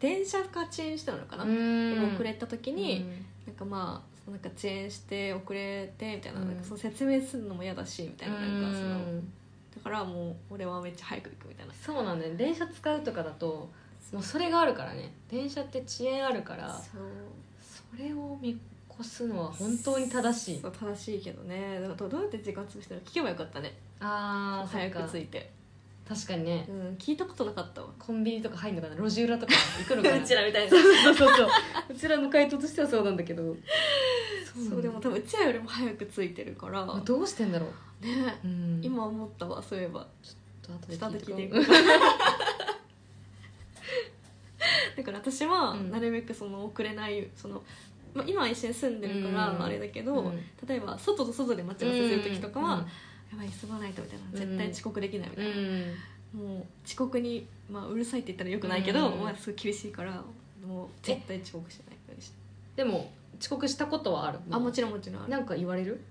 Speaker 1: 電車が遅延したのかな、
Speaker 2: うん
Speaker 1: でも遅れた時に、なんかまあそのなんか遅延して遅れてみたいな,、
Speaker 2: うん
Speaker 1: なんかその説明するのも嫌だしみたいな,、なんかその
Speaker 2: うん
Speaker 1: だからもう俺はめっちゃ早く行くみたいな
Speaker 2: そうなんだよ電車使うとかだともうそれがあるからね電車って遅延あるから
Speaker 1: そう
Speaker 2: それを見越すのは本当に正しい
Speaker 1: そう正しいけどねだからどどうやって時間潰してるの聞けばよかったね
Speaker 2: あ
Speaker 1: 早く
Speaker 2: 着
Speaker 1: 着いて
Speaker 2: 確かにね
Speaker 1: うん聞いたことなかったわ
Speaker 2: コンビニとか入るのかな路地
Speaker 1: (laughs)
Speaker 2: 裏とか行くのかな
Speaker 1: うちらみたいな
Speaker 2: そうそうそうそう (laughs) うちらの回答としてはそうなんだけどそう
Speaker 1: (laughs) そうでも
Speaker 2: 多
Speaker 1: 多分うちらよりも早く着いてるから
Speaker 2: 分どうしてんだろう、
Speaker 1: ね
Speaker 2: うん、
Speaker 1: 今思ったわそういえば
Speaker 2: ちょっと
Speaker 1: 下
Speaker 2: 後
Speaker 1: で
Speaker 2: で
Speaker 1: 聞
Speaker 2: 聞
Speaker 1: い
Speaker 2: い
Speaker 1: て
Speaker 2: て
Speaker 1: い
Speaker 2: く
Speaker 1: く
Speaker 2: る
Speaker 1: (laughs) だから私は
Speaker 2: うん
Speaker 1: なるべくその遅れないその、まあ、今は一緒に住んでるか
Speaker 2: うん
Speaker 1: らあれだけど、
Speaker 2: うん
Speaker 1: 例えば外と外で待ち合わせする時とかは、
Speaker 2: うん
Speaker 1: やばい急がないとみたいな
Speaker 2: うん
Speaker 1: 絶対遅刻できないみた
Speaker 2: う
Speaker 1: いな、
Speaker 2: ん
Speaker 1: もう遅刻に、まあ、うるさいって言ったらよくないけど、
Speaker 2: うん
Speaker 1: まあ、すごい厳しいからもう絶対遅刻しないようにして
Speaker 2: でも遅刻したことはある
Speaker 1: あもちろんもちろんある
Speaker 2: なんか言われる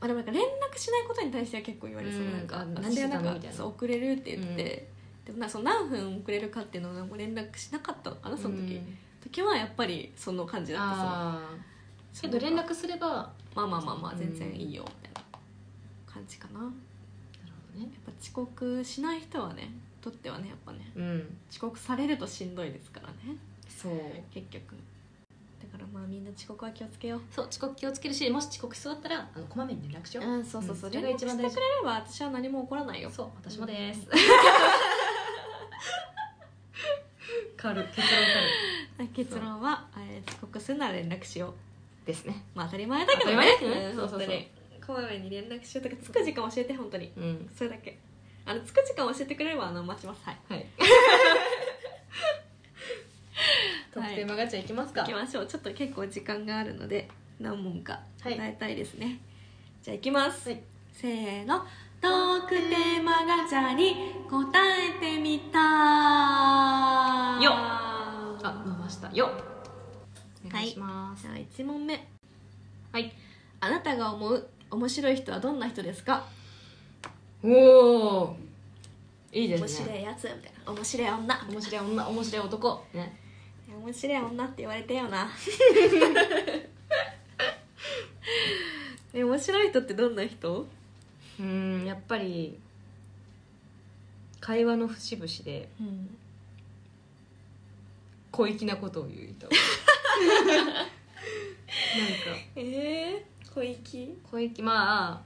Speaker 1: あでもなんか連絡しないことに対しては結構言われそう、
Speaker 2: うん
Speaker 1: なんか
Speaker 2: あ何
Speaker 1: 私
Speaker 2: 時
Speaker 1: は
Speaker 2: だ
Speaker 1: なんか
Speaker 2: みたいな
Speaker 1: そう遅れるって言って、でもなんかその何分遅れるかっていうのをもう連絡しなかったのかなその時、
Speaker 2: うん
Speaker 1: 時はやっぱりその感じだった
Speaker 2: ああ
Speaker 1: そ
Speaker 2: け
Speaker 1: の
Speaker 2: ど連絡すれば
Speaker 1: まあまあまあまあ全然
Speaker 2: うん
Speaker 1: いいよみたいな感じかなやっ
Speaker 2: なるほどね
Speaker 1: ぱ遅刻しない人はねとってはねやっぱね
Speaker 2: うん
Speaker 1: 遅刻されるとしんどいですからね
Speaker 2: そう
Speaker 1: 結局だからまあみんな遅刻は気をつけよう
Speaker 2: そう遅刻気をつけるしもし遅刻しそうだったらあのこまめに連絡しよう、
Speaker 1: うんそうそうそう、
Speaker 2: うん
Speaker 1: 連
Speaker 2: それ
Speaker 1: 絡して
Speaker 2: が一番
Speaker 1: く
Speaker 2: 大
Speaker 1: れ
Speaker 2: 事
Speaker 1: れば私は何も起こらないよ
Speaker 2: そう私もです、
Speaker 1: う
Speaker 2: 軽い結論軽
Speaker 1: 結論は、えー遅刻するなら連絡しよう
Speaker 2: いですね
Speaker 1: まあ当たり前だけどね
Speaker 2: 当たり前だけどね
Speaker 1: うん
Speaker 2: そうそうそう
Speaker 1: 本当にこまめに連絡しようとかつく時間教えて本当に
Speaker 2: うん
Speaker 1: それだけあのつく時間教えてくれればあの待ちますはい
Speaker 2: はい (laughs) 特定マガチャいきますか、
Speaker 1: 行きましょうちょっと結構時間があるので何問か
Speaker 2: はい
Speaker 1: 答えたいですね、じゃあ行きます、
Speaker 2: はい
Speaker 1: せーの「トークテーマガチャに答えてみた」
Speaker 2: よっあ
Speaker 1: あ
Speaker 2: 見ましたよお願い
Speaker 1: い
Speaker 2: します
Speaker 1: じゃあ1問目
Speaker 2: はい、
Speaker 1: あなたが思う面白い人はどんな人ですか
Speaker 2: おおいいで
Speaker 1: 面
Speaker 2: す
Speaker 1: 白
Speaker 2: ね
Speaker 1: いやつみたいな面白い女
Speaker 2: 面白い女面白い男ね
Speaker 1: 面白い女って言われてよなね面白い人ってどんな人
Speaker 2: うーんやっぱり会話の節々で
Speaker 1: うん
Speaker 2: 小粋なことを言う人 (laughs) なんか
Speaker 1: ええ小粋
Speaker 2: 小粋まあ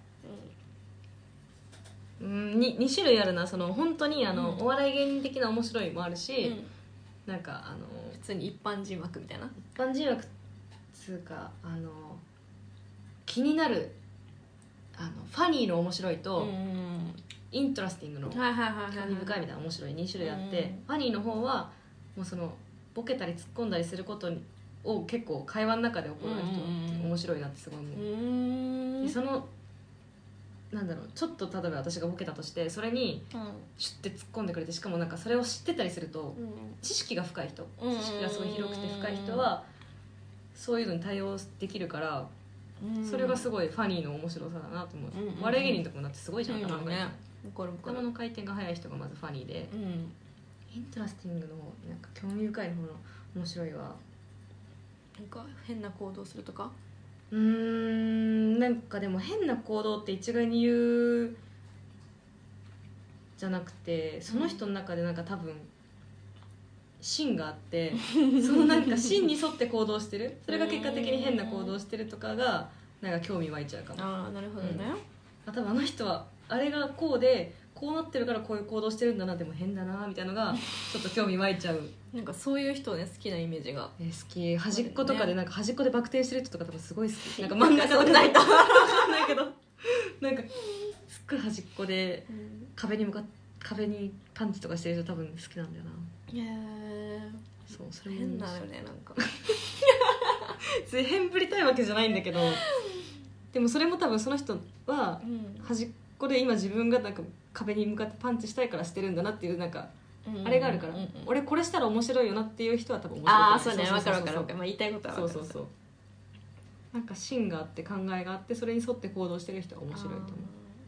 Speaker 2: うーん 2, 2種類あるなその本当にあの、
Speaker 1: うん
Speaker 2: お笑い芸人的な面白いもある
Speaker 1: うん、
Speaker 2: し、なんかあの
Speaker 1: 普通に一般人枠みたいな
Speaker 2: 一般人枠つうかあの気になるあのファニーの面白いと、
Speaker 1: ん
Speaker 2: イントラスティングの
Speaker 1: はいはいはい
Speaker 2: 興味深いみたいな面白い2種類あって、
Speaker 1: うん
Speaker 2: ファニーの方はもうそのボケたり突っ込んだりすることにを結構会話の中で行う人
Speaker 1: うんうん
Speaker 2: って面白いなってすごい思
Speaker 1: う
Speaker 2: う、
Speaker 1: ーん
Speaker 2: でそのなんだろうちょっと例えば私がボケたとしてそれに
Speaker 1: うん
Speaker 2: シュッて突っ込んでくれてしかもなんかそれを知ってたりすると知識が深い人
Speaker 1: うん
Speaker 2: 知識がすごい広くて深い人はそういうのに対応できるから
Speaker 1: うん
Speaker 2: それがす
Speaker 1: い
Speaker 2: ごいファニーの面白さだなと思う、
Speaker 1: うんうんうん
Speaker 2: 笑い芸人とかもだってすごいじゃん、頭の回転
Speaker 1: これこれ
Speaker 2: 頭の回転が速い人がまずファニーで、
Speaker 1: うん
Speaker 2: イントラスティングのなんか興味深いの方の面白いは
Speaker 1: なんか変な行動するとか
Speaker 2: うーんなんかでも変な行動って一概に言うじゃなくてその人の中でなんか多分芯があってそのなんか芯に沿って行動してるそれが結果的に変な行動してるとかがなんか興味湧いちゃうかも
Speaker 1: ああなるほどね、
Speaker 2: あ多分あの人はあれがこうでこうなってるからこういう行動してるんだなでも変だなみたいなのがちょっと興味湧いちゃう
Speaker 1: なんかそういう人ね好きなイメージが
Speaker 2: え好き端っことかでなんか端っこでバク転してる人とか多分すごい好
Speaker 1: (laughs)
Speaker 2: きなんか
Speaker 1: 真
Speaker 2: 真
Speaker 1: ん
Speaker 2: ん中
Speaker 1: 中
Speaker 2: と
Speaker 1: の
Speaker 2: か
Speaker 1: ないと、
Speaker 2: わかんないけどなんかすっごい端っこで壁に向かっ壁にパンチとかしてる人多分好きなんだよな
Speaker 1: へえ
Speaker 2: そうそれも
Speaker 1: 変だよねなんか
Speaker 2: 別に変ぶりたいわけじゃないんだけどでもそれも多分その人は端っこで今自分がなんか壁に向かってパンチしたいからしてるんだなっていうなんかあれがあるから、俺これしたら面白いよなっていう人は多分面白いと思
Speaker 1: ああそうねわかるわかるわかる、まあ、言いたいことは
Speaker 2: そ
Speaker 1: わ
Speaker 2: う
Speaker 1: かる
Speaker 2: そうそうなんか芯があって考えがあってそれに沿って行動してる人は面白いと思う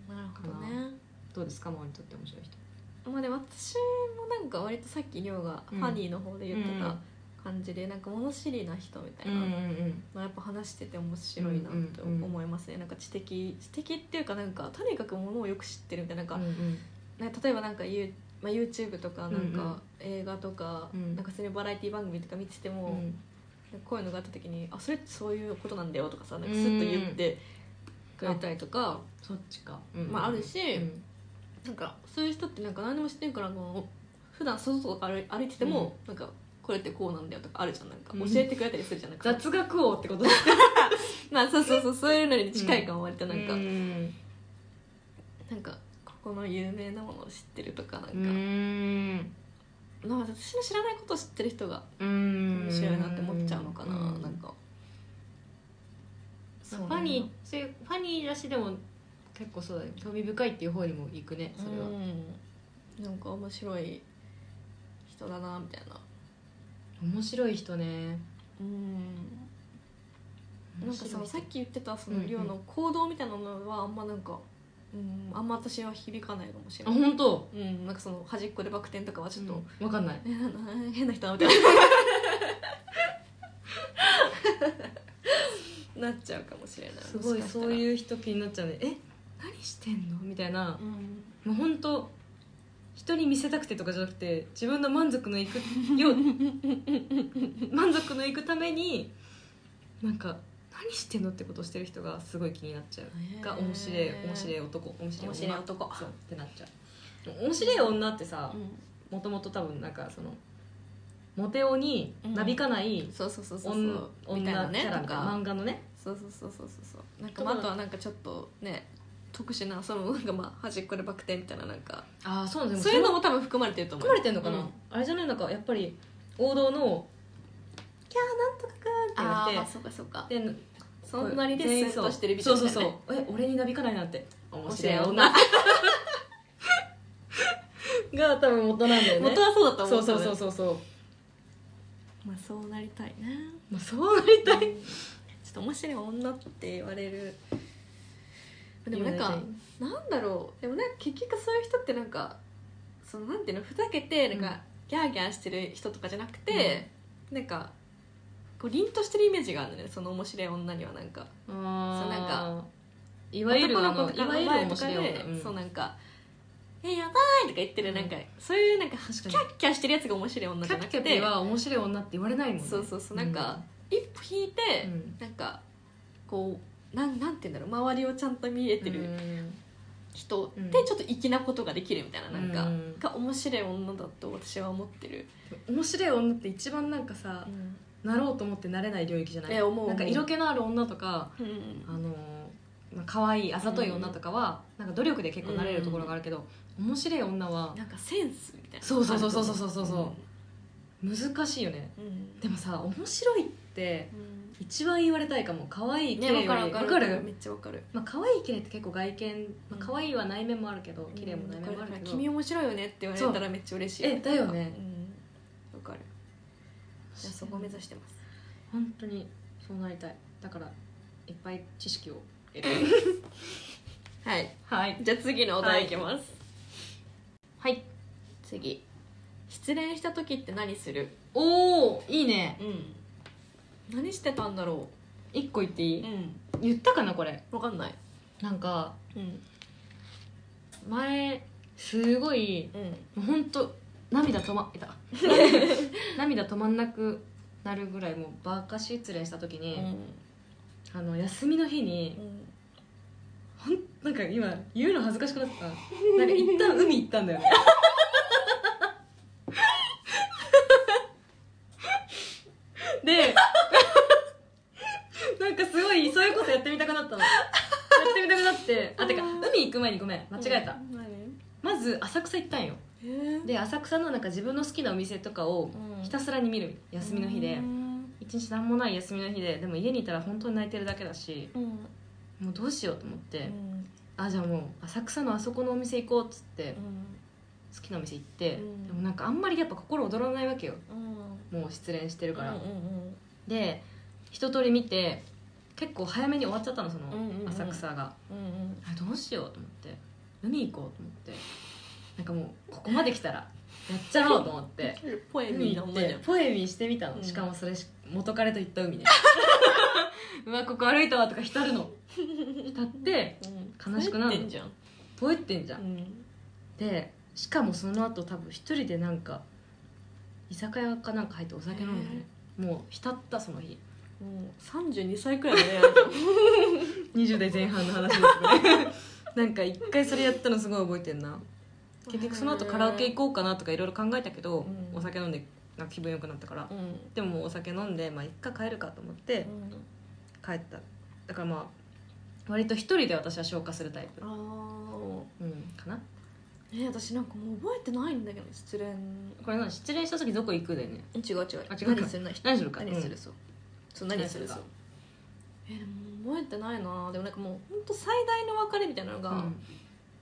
Speaker 1: あーなるほどね
Speaker 2: どうですかママにとって面白い人
Speaker 1: まあでも私もなんか割とさっき亮が
Speaker 2: うん
Speaker 1: ハニーの方で言って
Speaker 2: う
Speaker 1: た
Speaker 2: ん
Speaker 1: 感じでなんか物知りな人みたい
Speaker 2: うんう
Speaker 1: なん
Speaker 2: うん
Speaker 1: まあやっぱ話してて面白いなと思いますね、なんか知的知的っていうかなんかとにかくものをよく知ってるみたいななんか、ね例えばなんかユー、まあ、YouTube とかなん
Speaker 2: うんうん
Speaker 1: か映画とか、
Speaker 2: うん
Speaker 1: なんかそういうバラエティ番組とか見てても、なんかこういうのがあった時に「あそれってそういうことなんだよ」とかさなんかスッと言ってくれたりとか、
Speaker 2: そっちか、
Speaker 1: まああるしなんかそういう人ってなんか何でも知ってるからあの普段外とか歩い歩いてても、なんかこれってこうなんだよとかあるじゃんなんか
Speaker 2: うん
Speaker 1: 教えてくれたりするじゃんなんか、
Speaker 2: 雑学王ってこと
Speaker 1: まあそうそうそうそういうのに近いかも割となんか、
Speaker 2: ん
Speaker 1: なんかここの有名なものを知ってるとかなんか、
Speaker 2: ん
Speaker 1: なんか私の知らないことを知ってる人が
Speaker 2: 面
Speaker 1: 面白いなって思っちゃうのかな、なんか
Speaker 2: ファニーそういうファニーだしでも結構そうだね興味深いっていう方にも行くね
Speaker 1: そ
Speaker 2: そ
Speaker 1: れ
Speaker 2: れ
Speaker 1: は、
Speaker 2: は、
Speaker 1: うんなんか面白い人だなみたいな
Speaker 2: 面白い人ね
Speaker 1: うんなんかそのさっ
Speaker 2: き
Speaker 1: き言ってたそ
Speaker 2: うん
Speaker 1: の
Speaker 2: うん
Speaker 1: 量の行動みたいなのはあんまなんか、うん、あんま私は響かないかもしれ
Speaker 2: あ
Speaker 1: ない、
Speaker 2: 本当
Speaker 1: うん、なんかその端っこでバク転とかはちょっと、
Speaker 2: 分かんない
Speaker 1: 変な人だみたいななっちゃうかもしれない
Speaker 2: すごいそう
Speaker 1: う、
Speaker 2: いう人気になっちゃうねえ何してんのみたいな、
Speaker 1: うん、
Speaker 2: もう本当人に見せたくてとかじゃなくて自分の満足のいくよう (laughs) 満足のいくためになんか何してんのってことをしてる人がすごい気になっちゃうが面白い面白い男面白い
Speaker 1: 面
Speaker 2: 女
Speaker 1: 白い男
Speaker 2: そうってなっちゃう面白い女ってさ
Speaker 1: う
Speaker 2: もともと多分なんかそのモテ男になびかない
Speaker 1: ん、そうそうそうそう
Speaker 2: 女,、
Speaker 1: そうみたい
Speaker 2: 女キ
Speaker 1: なね
Speaker 2: ャラ
Speaker 1: と
Speaker 2: みたいな
Speaker 1: か
Speaker 2: 漫画のね
Speaker 1: そうそうそうそうそうそうなんかまああとはなんかちょっとね特殊なそのなんかまあ端っこでバク転みたいななんか
Speaker 2: ああそうなん
Speaker 1: そういうのも多分含まれてると思う
Speaker 2: 含まれてんのかな、
Speaker 1: うん
Speaker 2: あれじゃないのかやっぱり王道の「キャーなんとか
Speaker 1: あ
Speaker 2: かー」って
Speaker 1: ー
Speaker 2: 言
Speaker 1: ま
Speaker 2: わ
Speaker 1: あそうかそうか
Speaker 2: れてで
Speaker 1: そんなにで
Speaker 2: 全員
Speaker 1: スッとしてるみたいな
Speaker 2: そう
Speaker 1: ね
Speaker 2: そうそうえ俺になびかないなんて面白い
Speaker 1: 面白い
Speaker 2: 女
Speaker 1: 女
Speaker 2: が多分元なんだよね
Speaker 1: 元はそうだと思
Speaker 2: そううそうそう
Speaker 1: そ
Speaker 2: そうそう、
Speaker 1: うまあそうなりたいな
Speaker 2: まあ、そうなりたい
Speaker 1: ちょっと面白い女って言われるでもなんかなんだろうでもなんか結局そういう人ってなんかそのなんていうのふざけてなん
Speaker 2: うん
Speaker 1: かギャーギャーしてる人とかじゃなくて、なんかこう凛としてるイメージがあるのねその面白い女にはなんか
Speaker 2: そう
Speaker 1: そうなんか
Speaker 2: いわゆるあのい
Speaker 1: 男の
Speaker 2: わ
Speaker 1: 子と
Speaker 2: ゆる
Speaker 1: かの前
Speaker 2: 面
Speaker 1: とか
Speaker 2: 白い
Speaker 1: で、
Speaker 2: 女、うん
Speaker 1: そうなんか「えやばい!」とか言ってるなんか、
Speaker 2: うん
Speaker 1: そういうなんかキ
Speaker 2: 確か
Speaker 1: ャ
Speaker 2: に
Speaker 1: ッキャしてるやつが面白い女
Speaker 2: キ
Speaker 1: じ
Speaker 2: ャ
Speaker 1: ゃな
Speaker 2: ピ
Speaker 1: く
Speaker 2: キ
Speaker 1: て
Speaker 2: ャピは面白い女って言われないもんね
Speaker 1: そうそうそうなんか、一歩引いて、
Speaker 2: うんうん
Speaker 1: なんかこうなんなんて言うんだろう周りをちゃんと見えてる、人で
Speaker 2: うん
Speaker 1: ちょっと粋なことができるみたいななんか、
Speaker 2: うん
Speaker 1: が面白い女だと私は思ってる、
Speaker 2: 面白い女って一番なんかさなろうと思ってなれない領域じゃない
Speaker 1: え思う思う
Speaker 2: なんか色気のある女とか
Speaker 1: うん
Speaker 2: あのーまあ可愛いあざとい女とかは、なんか努力で結構なれるところがあるけど、面白い女は
Speaker 1: なんかセンスみたいな
Speaker 2: そうそうそうそうそうそうそう難しいよね
Speaker 1: うん、うん、
Speaker 2: でもさ面白いって
Speaker 1: うん
Speaker 2: 一番言われたいかも可愛い綺
Speaker 1: ね
Speaker 2: 麗
Speaker 1: わ
Speaker 2: よ
Speaker 1: か
Speaker 2: り
Speaker 1: るわかる
Speaker 2: わかる
Speaker 1: めっちゃわかる
Speaker 2: まあ可愛い綺麗って結構外見、ま
Speaker 1: うん
Speaker 2: あ可愛いは内面もあるけど綺麗も内面もある
Speaker 1: うん
Speaker 2: けど、
Speaker 1: 君面白いよねって言われたらめっちゃ嬉しい
Speaker 2: えだよね
Speaker 1: うんわかるじゃあそこ目指してます
Speaker 2: 本当にそうなりたいだからいっぱい知識を得る
Speaker 1: はい
Speaker 2: はい
Speaker 1: じゃあ次のお題いきます、
Speaker 2: はい
Speaker 1: 次失恋した時って何する
Speaker 2: おおいいね
Speaker 1: うん何してたんだろう
Speaker 2: 一個言っていい、
Speaker 1: ん
Speaker 2: 言ったかなこれ
Speaker 1: 分かんない
Speaker 2: なんか
Speaker 1: うん
Speaker 2: 前すごい
Speaker 1: うん
Speaker 2: もうほんと涙止まいた (laughs) 涙止まんなくなるぐらいもうバカ失恋した時に、あの休みの日にほんなんか今言うの恥ずかしくなったなんか一旦海行ったんだよね (laughs) で (laughs) なんかすごいそういうことやってみたくなったのやってみたくなってあてか海行く前にごめん間違えた
Speaker 1: 何
Speaker 2: まず浅草行ったんよ
Speaker 1: えー
Speaker 2: で浅草のなんか自分の好きなお店とかを
Speaker 1: うん
Speaker 2: ひたすらに見る休みの日で
Speaker 1: うん
Speaker 2: 一日何もない休みの日ででも家にいたら本当に泣いてるだけだし
Speaker 1: うん
Speaker 2: もうどうしようと思って、
Speaker 1: うん
Speaker 2: あじゃあもう浅草のあそこのお店行こうっつって
Speaker 1: うん
Speaker 2: 好きなお店行って、
Speaker 1: うん
Speaker 2: でもなんかあんまりやっぱ心躍らないわけよ
Speaker 1: うん
Speaker 2: もう失恋してるから、
Speaker 1: うんうん
Speaker 2: で一通り見て結構早めに終わっちゃったのその
Speaker 1: うんうんうん
Speaker 2: 浅草が、
Speaker 1: うんうん
Speaker 2: あどうしようと思って海行こうと思ってなんかもうここまで来たらやっちゃろうと思って
Speaker 1: ポエミーな
Speaker 2: っ
Speaker 1: 女じ
Speaker 2: て
Speaker 1: ゃん
Speaker 2: ポエミーしてみたの、
Speaker 1: うん
Speaker 2: しかもそれし元彼と行った
Speaker 1: (laughs)
Speaker 2: 海ねうわここ歩いたわとか浸るの浸って悲しくなるの
Speaker 1: るんじゃん
Speaker 2: ポエってんじゃん
Speaker 1: うん
Speaker 2: でしかもその後多分一人でなんか居酒屋かなんか入ってお酒飲んだねもう浸ったその日
Speaker 1: もう32歳くらいだねあな (laughs) た
Speaker 2: 20代前半の話ですけど (laughs) ねなんか一回それやったのすごい覚えてんな結局その後カラオケ行こうかなとかいろいろ考えたけど、
Speaker 1: うん
Speaker 2: お酒飲んでなんか気分良くなったから、
Speaker 1: うん
Speaker 2: でももうお酒飲んでまあ一回帰るかと思って
Speaker 1: うん
Speaker 2: 帰っただからまあ割と一人で私は消化するタイプ
Speaker 1: あ、ー
Speaker 2: うん、かな
Speaker 1: えー私なんかもう覚えてないんだけど失恋
Speaker 2: これ何失恋した時どこ行くだよね
Speaker 1: 違う違う
Speaker 2: あ違うか
Speaker 1: 何するない
Speaker 2: 何するか
Speaker 1: 何するそうそう何する
Speaker 2: 何
Speaker 1: そう
Speaker 2: するか
Speaker 1: えーでも覚えてないなでもなんかもう本当最大の別れみたいなの
Speaker 2: う
Speaker 1: が
Speaker 2: ん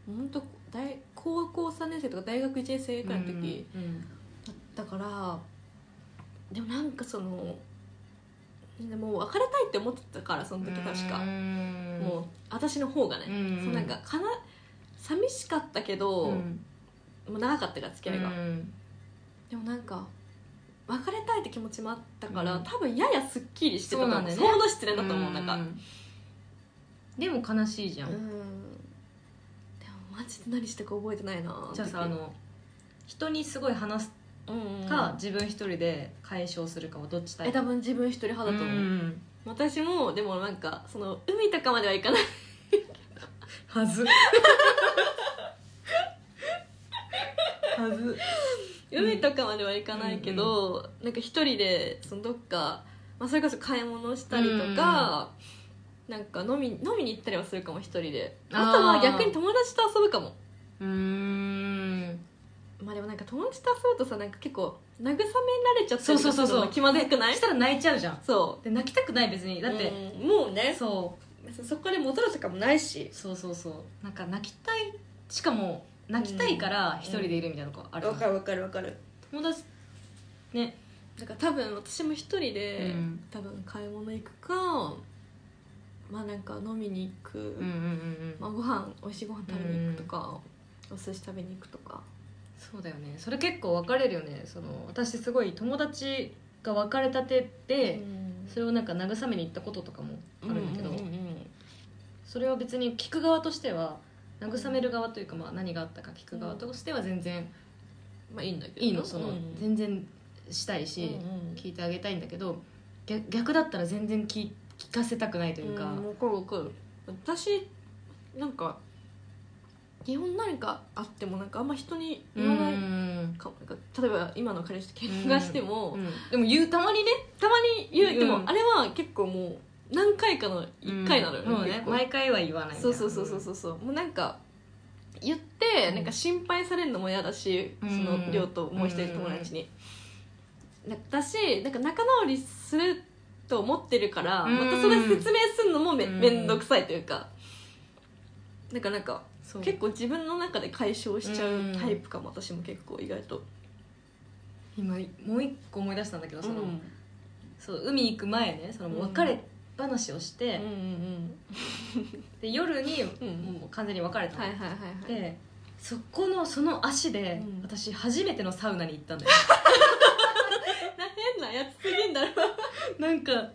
Speaker 1: 本当大高校3年生とか大学1年生くらいの時
Speaker 2: うんうん
Speaker 1: だったからでもなんかそのでもう別れたいって思ってたからその時確かもう私の方がね
Speaker 2: うん
Speaker 1: そうなんかかな寂しかったけど、
Speaker 2: うん
Speaker 1: もう長かったから付き合いが、
Speaker 2: うん
Speaker 1: でもなんか別れたいって気持ちもあったから、
Speaker 2: うん
Speaker 1: 多分ややすっきりしてたと思
Speaker 2: そ
Speaker 1: う
Speaker 2: うなんだよね
Speaker 1: その失恋だと思うなんかうん
Speaker 2: でも悲しいじゃん、
Speaker 1: でもマジで何したか覚えてないな
Speaker 2: じゃあさあの人にすごい話す
Speaker 1: うんうん
Speaker 2: か、自分一人で解消するかをどっちタイ
Speaker 1: え
Speaker 2: プ
Speaker 1: 多分自分一人派だと思う、
Speaker 2: ん
Speaker 1: 私もでもなんかその海とかまではいかない
Speaker 2: はずはずうん
Speaker 1: 海とかまではいかないけど、なんか一人でそのどっか、まあ、それこそ買い物したりとか、なんか飲み飲みに行ったりはするかも一人で
Speaker 2: あー
Speaker 1: あとは逆に友達と遊ぶかも
Speaker 2: うーん
Speaker 1: まあでもなんか友達と遊ぶとさなんか結構慰められちゃった
Speaker 2: そう
Speaker 1: りとか
Speaker 2: そうそう
Speaker 1: する
Speaker 2: そう
Speaker 1: の気まずくない
Speaker 2: したら泣いちゃうじゃん
Speaker 1: そ
Speaker 2: で泣きたくない別に
Speaker 1: う
Speaker 2: だって、
Speaker 1: うんもうね
Speaker 2: そ
Speaker 1: そそこで戻るとかもないし
Speaker 2: うそうそうそうなんか泣きたいしかも泣きたいから一人でいるみたいなのがあるじゃん、
Speaker 1: るわかるわかる
Speaker 2: 友達ね
Speaker 1: だから多分私も一人で、
Speaker 2: うん
Speaker 1: 多分買い物行くかまあなんか飲みに行く、
Speaker 2: うんうんうんうん
Speaker 1: まあ、ご飯美味しいご飯食べに行くとか、お寿司食べに行くとか
Speaker 2: そうだよねそれ結構分かれるよねその私すごい友達が別れたてで、それをなんか慰めに行ったこととかもあるんだけど、
Speaker 1: うんうんうん
Speaker 2: それは別に聞く側としては慰める側というか、まあ、何があったか聞く側としては全然
Speaker 1: まあいいんだけど
Speaker 2: いいのその、
Speaker 1: うんうん
Speaker 2: 全然したいし、
Speaker 1: うん
Speaker 2: 聞いてあげたいんだけど逆逆だったら全然聞聞かせたくないというか、
Speaker 1: うんわかるわかる私なんか基本何かあってもなんかあんま人に言わない
Speaker 2: うん
Speaker 1: かも、なんか例えば今の彼氏と喧嘩しても、
Speaker 2: うんでも言うたまにね
Speaker 1: たまに言う、
Speaker 2: うん
Speaker 1: でもあれは結構もう何回かの1回なのよ、
Speaker 2: うんそうね
Speaker 1: 結構
Speaker 2: 毎回は言わないみた
Speaker 1: そ
Speaker 2: いうな
Speaker 1: そうそうそうそうそうもうなんか言って
Speaker 2: うん
Speaker 1: なんか心配されるのも嫌だし、
Speaker 2: うん
Speaker 1: その亮ともう一人友達に、だしなんか仲直りすると思ってるから、
Speaker 2: うん
Speaker 1: またそれ説明するのもめ,、
Speaker 2: うん
Speaker 1: めんどくさいというかなんかなんか
Speaker 2: そう
Speaker 1: 結構自分の中で解消しちゃうタイプかも、私も結構意外と、
Speaker 2: 今もう一個思い出したんだけどその、そう海行く前ねその
Speaker 1: うん
Speaker 2: 別れ話をして、
Speaker 1: うんうん
Speaker 2: で夜に
Speaker 1: うん
Speaker 2: もう完全に別れた
Speaker 1: うん
Speaker 2: の、
Speaker 1: はいはいはいはい
Speaker 2: でそこのその足で、
Speaker 1: うん
Speaker 2: 私初めてのサウナに行ったんだよ
Speaker 1: (laughs) 変なやつすぎんだろ
Speaker 2: なんか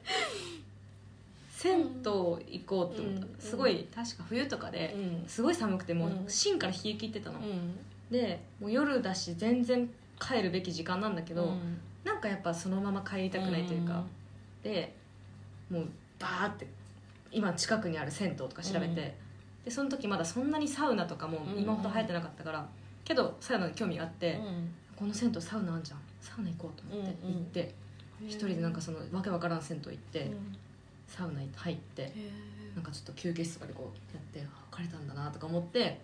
Speaker 2: 銭湯行こうって思った、
Speaker 1: うん
Speaker 2: すごい確か冬とかで
Speaker 1: うん
Speaker 2: すごい寒くてもう
Speaker 1: うん
Speaker 2: 芯から冷え切ってたの、
Speaker 1: うん
Speaker 2: でもう夜だし全然帰るべき時間なんだけ
Speaker 1: け
Speaker 2: ど、なんかやっぱそのまま帰りたくないというか、でもうバーって今近くにある銭湯とか調べて、
Speaker 1: うん
Speaker 2: でその時まだそんなにサウナとかも今ほど流行ってなかったから、けどサウナに興味があって、この銭湯サウナあんじゃんサウナ行こうと思って
Speaker 1: うんうん
Speaker 2: 行って、一人でなんかそのわけわからん銭湯行って、サウナ入ってなんかちょっと休憩室とかでこうやってあ枯れたんだなとか思って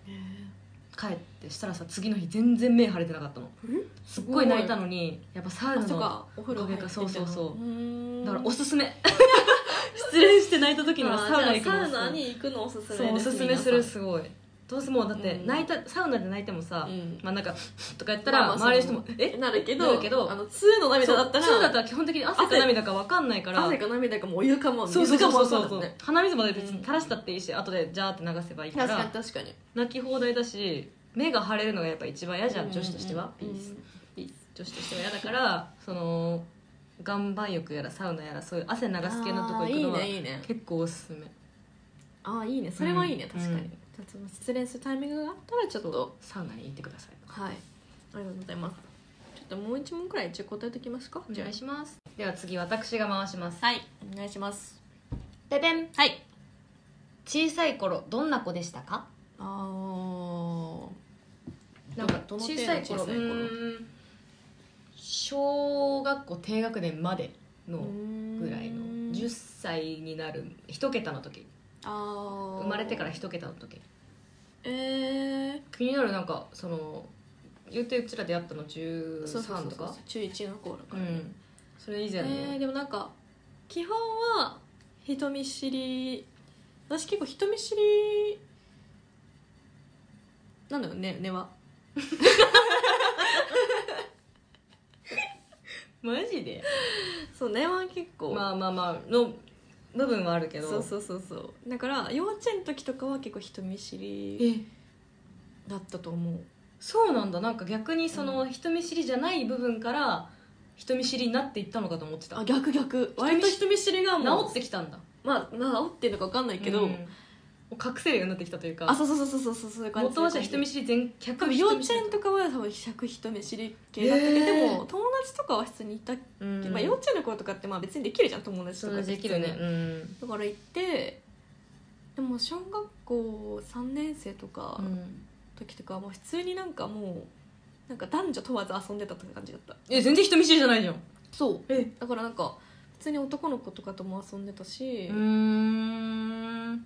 Speaker 2: 帰ってしたらさ次の日全然目腫れてなかったのすっごい泣いたのにやっぱサウナ
Speaker 1: あそう
Speaker 2: の
Speaker 1: かお風呂
Speaker 2: おかげかそうそうそう
Speaker 1: う
Speaker 2: だからお
Speaker 1: す
Speaker 2: すすめ (laughs) 失恋して泣いた時にはサ
Speaker 1: サ
Speaker 2: ウ
Speaker 1: ウ
Speaker 2: ナ
Speaker 1: ナ
Speaker 2: 行く
Speaker 1: サ
Speaker 2: のおす
Speaker 1: ウ
Speaker 2: す
Speaker 1: ナに行くのおすす
Speaker 2: め
Speaker 1: め
Speaker 2: そうお
Speaker 1: です
Speaker 2: すすめする
Speaker 1: 皆さ
Speaker 2: すごいどうせもうだって
Speaker 1: うん
Speaker 2: 泣いた、サウナで泣いてもさ、
Speaker 1: んうん
Speaker 2: まあなんかとかやったら
Speaker 1: まあまあ
Speaker 2: 周りの人も「え
Speaker 1: なるけ
Speaker 2: な
Speaker 1: ど
Speaker 2: るけど
Speaker 1: あの2の涙だったら
Speaker 2: そうだったら基本的に汗か涙か分かんないから
Speaker 1: 汗か涙かもお湯かも
Speaker 2: そうそう
Speaker 1: 水かも
Speaker 2: そ
Speaker 1: 分か
Speaker 2: う
Speaker 1: んな
Speaker 2: そう
Speaker 1: いもんね
Speaker 2: 鼻水まで別に垂らしたっていいし、後でジャーって流せばいいか
Speaker 1: 確からに確かに
Speaker 2: 泣き放題だし目が腫れるのがやっぱ一番嫌じゃん、女子としては、
Speaker 1: うんうん
Speaker 2: ピース女子としては嫌だからその岩盤浴やらサウナやらそういう汗流す系のとこ行くのは
Speaker 1: あーいいねいいね
Speaker 2: 結構おすすめ
Speaker 1: ああいいねそれはいいね
Speaker 2: うん
Speaker 1: 確かにじゃあその失恋するタイミングがあったらちょっと
Speaker 2: サウナに行ってください
Speaker 1: はいありがとうございますちょっともう一問くらい一応答えときますか
Speaker 2: お
Speaker 1: じゃ
Speaker 2: 願いしますでは次私が回します
Speaker 1: あはいお願いします
Speaker 2: ででん
Speaker 1: はい
Speaker 2: 小さい頃どんな子でしたか
Speaker 1: あー
Speaker 2: なんか
Speaker 1: ど
Speaker 2: 小
Speaker 1: の程度
Speaker 2: さい頃
Speaker 1: 小さい頃
Speaker 2: うーん小学校低学年までのぐ
Speaker 1: ぐ
Speaker 2: らいの10歳になる一桁の時
Speaker 1: あ
Speaker 2: 生まれてからら一桁の時
Speaker 1: えー、
Speaker 2: 気になるなんかその言うてうちら出会ったの
Speaker 1: そうそうそ
Speaker 2: 13
Speaker 1: う
Speaker 2: と
Speaker 1: そう
Speaker 2: か
Speaker 1: 中1の頃
Speaker 2: う
Speaker 1: から、ね
Speaker 2: んそれ以前の、
Speaker 1: えー、でもなんか基本は人見知り私結構人見知りなんだろうね根は
Speaker 2: マジで
Speaker 1: そう根は結構、
Speaker 2: まあまあまあの部分はあるけど
Speaker 1: そうそうそうそうだから幼稚園の時とかは結構人見知り
Speaker 2: え
Speaker 1: だったと思う
Speaker 2: そうなんだなんか逆にその人見知りじゃない部分から人見知りになっていったのかと思ってた
Speaker 1: あ逆逆割
Speaker 2: 割と
Speaker 1: と
Speaker 2: 人
Speaker 1: 人見知りがも
Speaker 2: 治
Speaker 1: う
Speaker 2: ってきたんだ
Speaker 1: まあ治ってるのか分かんないけど、
Speaker 2: うんもう隠せるようになってきたというか
Speaker 1: あそうそうそうそうそうそういう感じ
Speaker 2: 元はじゃあ人見知り全
Speaker 1: 多
Speaker 2: 100
Speaker 1: 分幼稚園とかは多分100人見知り系だったけど、
Speaker 2: へー
Speaker 1: でも友達とかは普通にいた
Speaker 2: うん
Speaker 1: まあ、幼稚園の頃とかってまあ別にできるじゃん友達
Speaker 2: そ
Speaker 1: とか
Speaker 2: うできるね
Speaker 1: 普通に
Speaker 2: うん
Speaker 1: だから行ってでも小学校3年生とか
Speaker 2: うん
Speaker 1: 時とかはもう普通になんかもうなんか男女問わず遊んでたって感じだった
Speaker 2: え全然人見知りじゃないじゃん
Speaker 1: そう
Speaker 2: え
Speaker 1: だからなんか普通に男の子とかとも遊んでたし
Speaker 2: うーん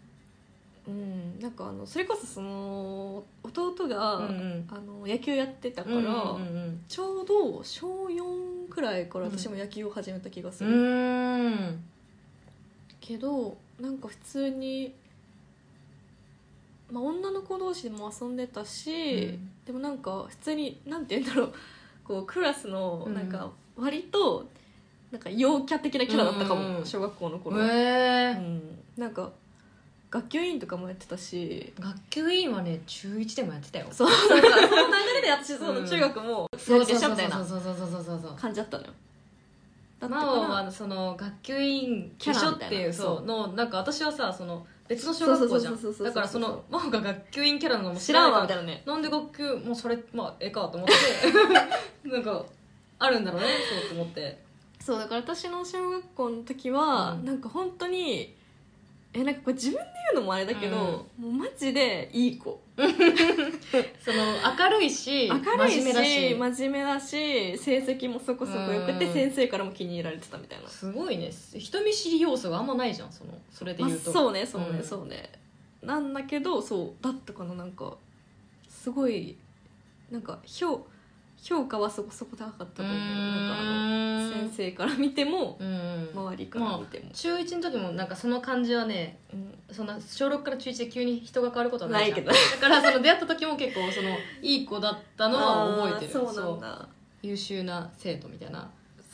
Speaker 1: うんなんかあのそれこそその弟が、
Speaker 2: うんうん
Speaker 1: あの野球やってた
Speaker 2: だ
Speaker 1: から、
Speaker 2: うん
Speaker 1: ちょうど小4くらいから私も野球を始めた気がす
Speaker 2: う
Speaker 1: る、
Speaker 2: ん
Speaker 1: けどなんか普通に、まあ、女の子同士でも遊んでたし、
Speaker 2: うん
Speaker 1: でもなんか普通になんて言うんだろ (laughs) うこうクラスの
Speaker 2: うん
Speaker 1: なんか割となんか陽キャ的なキャラだったか
Speaker 2: うん
Speaker 1: も、
Speaker 2: うん
Speaker 1: 小学校の頃、
Speaker 2: へ
Speaker 1: う
Speaker 2: え
Speaker 1: ん、なんか学級委員とかもやってたし
Speaker 2: 学級委員はね中1でもやってたよ
Speaker 1: そうそうそうその流れで私そ
Speaker 2: うん
Speaker 1: の中学も
Speaker 2: そ
Speaker 1: や
Speaker 2: う
Speaker 1: り
Speaker 2: そ
Speaker 1: で
Speaker 2: う
Speaker 1: しょ
Speaker 2: そう
Speaker 1: み
Speaker 2: そ
Speaker 1: たいうな
Speaker 2: そうそうそうそうそう
Speaker 1: 感じだったのよだった
Speaker 2: 真
Speaker 1: か
Speaker 2: 央はあ
Speaker 1: ら
Speaker 2: のその学級委員秘書ってい
Speaker 1: キャラ
Speaker 2: う
Speaker 1: みたいな
Speaker 2: そうのなんか私はさその別の小学校じゃ
Speaker 1: そうそうそうそうそうそう
Speaker 2: んだからその真央が学級委員キャラなのも
Speaker 1: 知らんわみた
Speaker 2: か
Speaker 1: い
Speaker 2: ら
Speaker 1: なね
Speaker 2: なんで学級もうそれまあええかと思っ
Speaker 1: (laughs)
Speaker 2: てなんかあるんだろうねそうと思って
Speaker 1: そうだから私の小学校の時は、
Speaker 2: うん
Speaker 1: なんか本当にえなんかこれ自分で言うのもあれだけど、もうマジでいい子
Speaker 2: その明るいし
Speaker 1: 明るいし
Speaker 2: 真面目だし
Speaker 1: 真面目だし成績もそこそこよくて、
Speaker 2: うん
Speaker 1: 先生からも気に入られてたみたいな、
Speaker 2: すごいね人見知り要素があんまないじゃんそのそれで
Speaker 1: まあ、
Speaker 2: 言うと、
Speaker 1: そうねそうね、
Speaker 2: うん
Speaker 1: そうねなんだけどそうだったかななんかすごいなんか評評価はそこそこ高かったと思うなんかあの先生から見ても
Speaker 2: 生うん、
Speaker 1: 周りから見ても、
Speaker 2: 中1の時もなんかその感じはね
Speaker 1: うん
Speaker 2: そんな小6から中1で急に人が変わることはないじゃん
Speaker 1: ないけど
Speaker 2: だからその出会った時も結構そのいい子だったのは覚えてる
Speaker 1: あーそうなんだ
Speaker 2: 優秀な生徒みたいな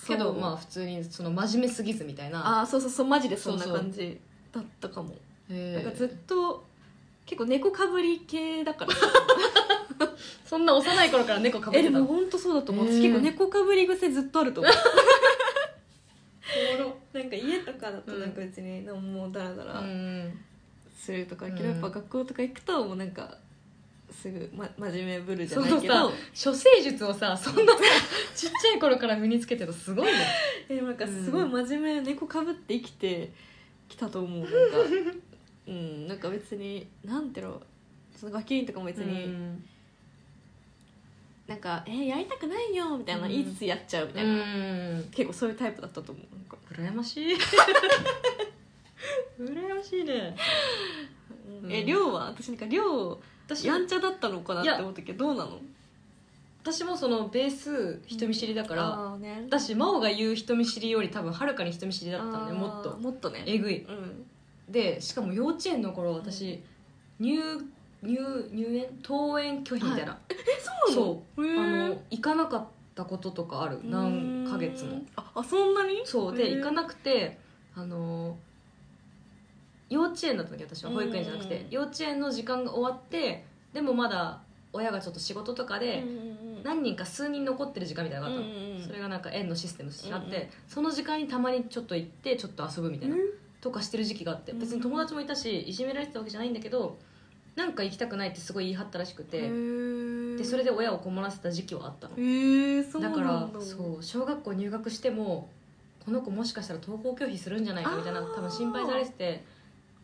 Speaker 2: けど
Speaker 1: そう
Speaker 2: まあ普通にその真面目すぎずみたいな
Speaker 1: ああそうそうそうマジでそんな
Speaker 2: そうそう
Speaker 1: 感じだったかも
Speaker 2: へ
Speaker 1: なんか
Speaker 2: ー
Speaker 1: ずっと結構猫かぶり系だから
Speaker 2: そんな幼い頃から猫かぶっ
Speaker 1: え
Speaker 2: て
Speaker 1: で
Speaker 2: (laughs) た
Speaker 1: も
Speaker 2: の
Speaker 1: 本当そうだと思う
Speaker 2: へー
Speaker 1: 私結構猫かぶり癖ずっとあると思う
Speaker 2: おもろ
Speaker 1: (laughs) なんなんか家とかだとなんか別になんかもうダラダラ
Speaker 2: ん
Speaker 1: するとか、
Speaker 2: うん
Speaker 1: けどやっぱ学校とか行くともうなんかすぐ、ま、真面目ぶるじゃないけど
Speaker 2: そのさ処世術をさそんなさちっちゃい頃から身につけてるのすごいね
Speaker 1: えなんかすごい真面目猫かぶって生きてきたと思うなんかうんなんか別になんていうのそのガキンとかも別
Speaker 2: 別
Speaker 1: に、
Speaker 2: に、
Speaker 1: なんか「えーやりたくないよ」みたいな
Speaker 2: うん
Speaker 1: 言いつつやっちゃうみたいな、
Speaker 2: ん
Speaker 1: 結構そういうタイプだったと思うなんか、
Speaker 2: 羨まし
Speaker 1: (laughs)
Speaker 2: い羨ましいねうん
Speaker 1: えりょうは私なんかりょう
Speaker 2: 私
Speaker 1: やんちゃだったのかなって思ったけどどうなの
Speaker 2: 私もそのベース人見知りだから、
Speaker 1: あーね
Speaker 2: 私真央が言う人見知りより多分はるかに人見知りだったんで
Speaker 1: あー
Speaker 2: もっと
Speaker 1: もっとね
Speaker 2: えぐい
Speaker 1: うん
Speaker 2: でしかも幼稚園の頃私入入入園登園拒否みたいな、
Speaker 1: そうなの
Speaker 2: そう
Speaker 1: へ
Speaker 2: あ
Speaker 1: ー
Speaker 2: の行かなかったこととかある何ヶ月
Speaker 1: う
Speaker 2: も
Speaker 1: んああそんなに
Speaker 2: そうで
Speaker 1: へー
Speaker 2: 行かなくてあの幼稚園だったんだけど私は保育園じゃなく
Speaker 1: う
Speaker 2: て
Speaker 1: ん
Speaker 2: 幼稚園の時間が終わってでもまだ親がちょっと仕事とかで何人か数人残ってる時間みたいなのがあったの、それ
Speaker 1: が
Speaker 2: がなんか園のシステムとしてあって、
Speaker 1: うんうん
Speaker 2: その時間にたまにちょっと行ってちょっと遊ぶみたいな、とかしてる時期があって
Speaker 1: うん
Speaker 2: 別に友達もいたしいじめられてたわけじゃないんだけどなんか行きたくないってすごい言い張ったらしくてでそれで親を困らせた時期はあったの
Speaker 1: へーそうな
Speaker 2: だ
Speaker 1: ん
Speaker 2: から
Speaker 1: だ
Speaker 2: そう小学校入学してもこの子もしかしたら登校拒否するんじゃないかみたいな
Speaker 1: あー
Speaker 2: 多分心配されてて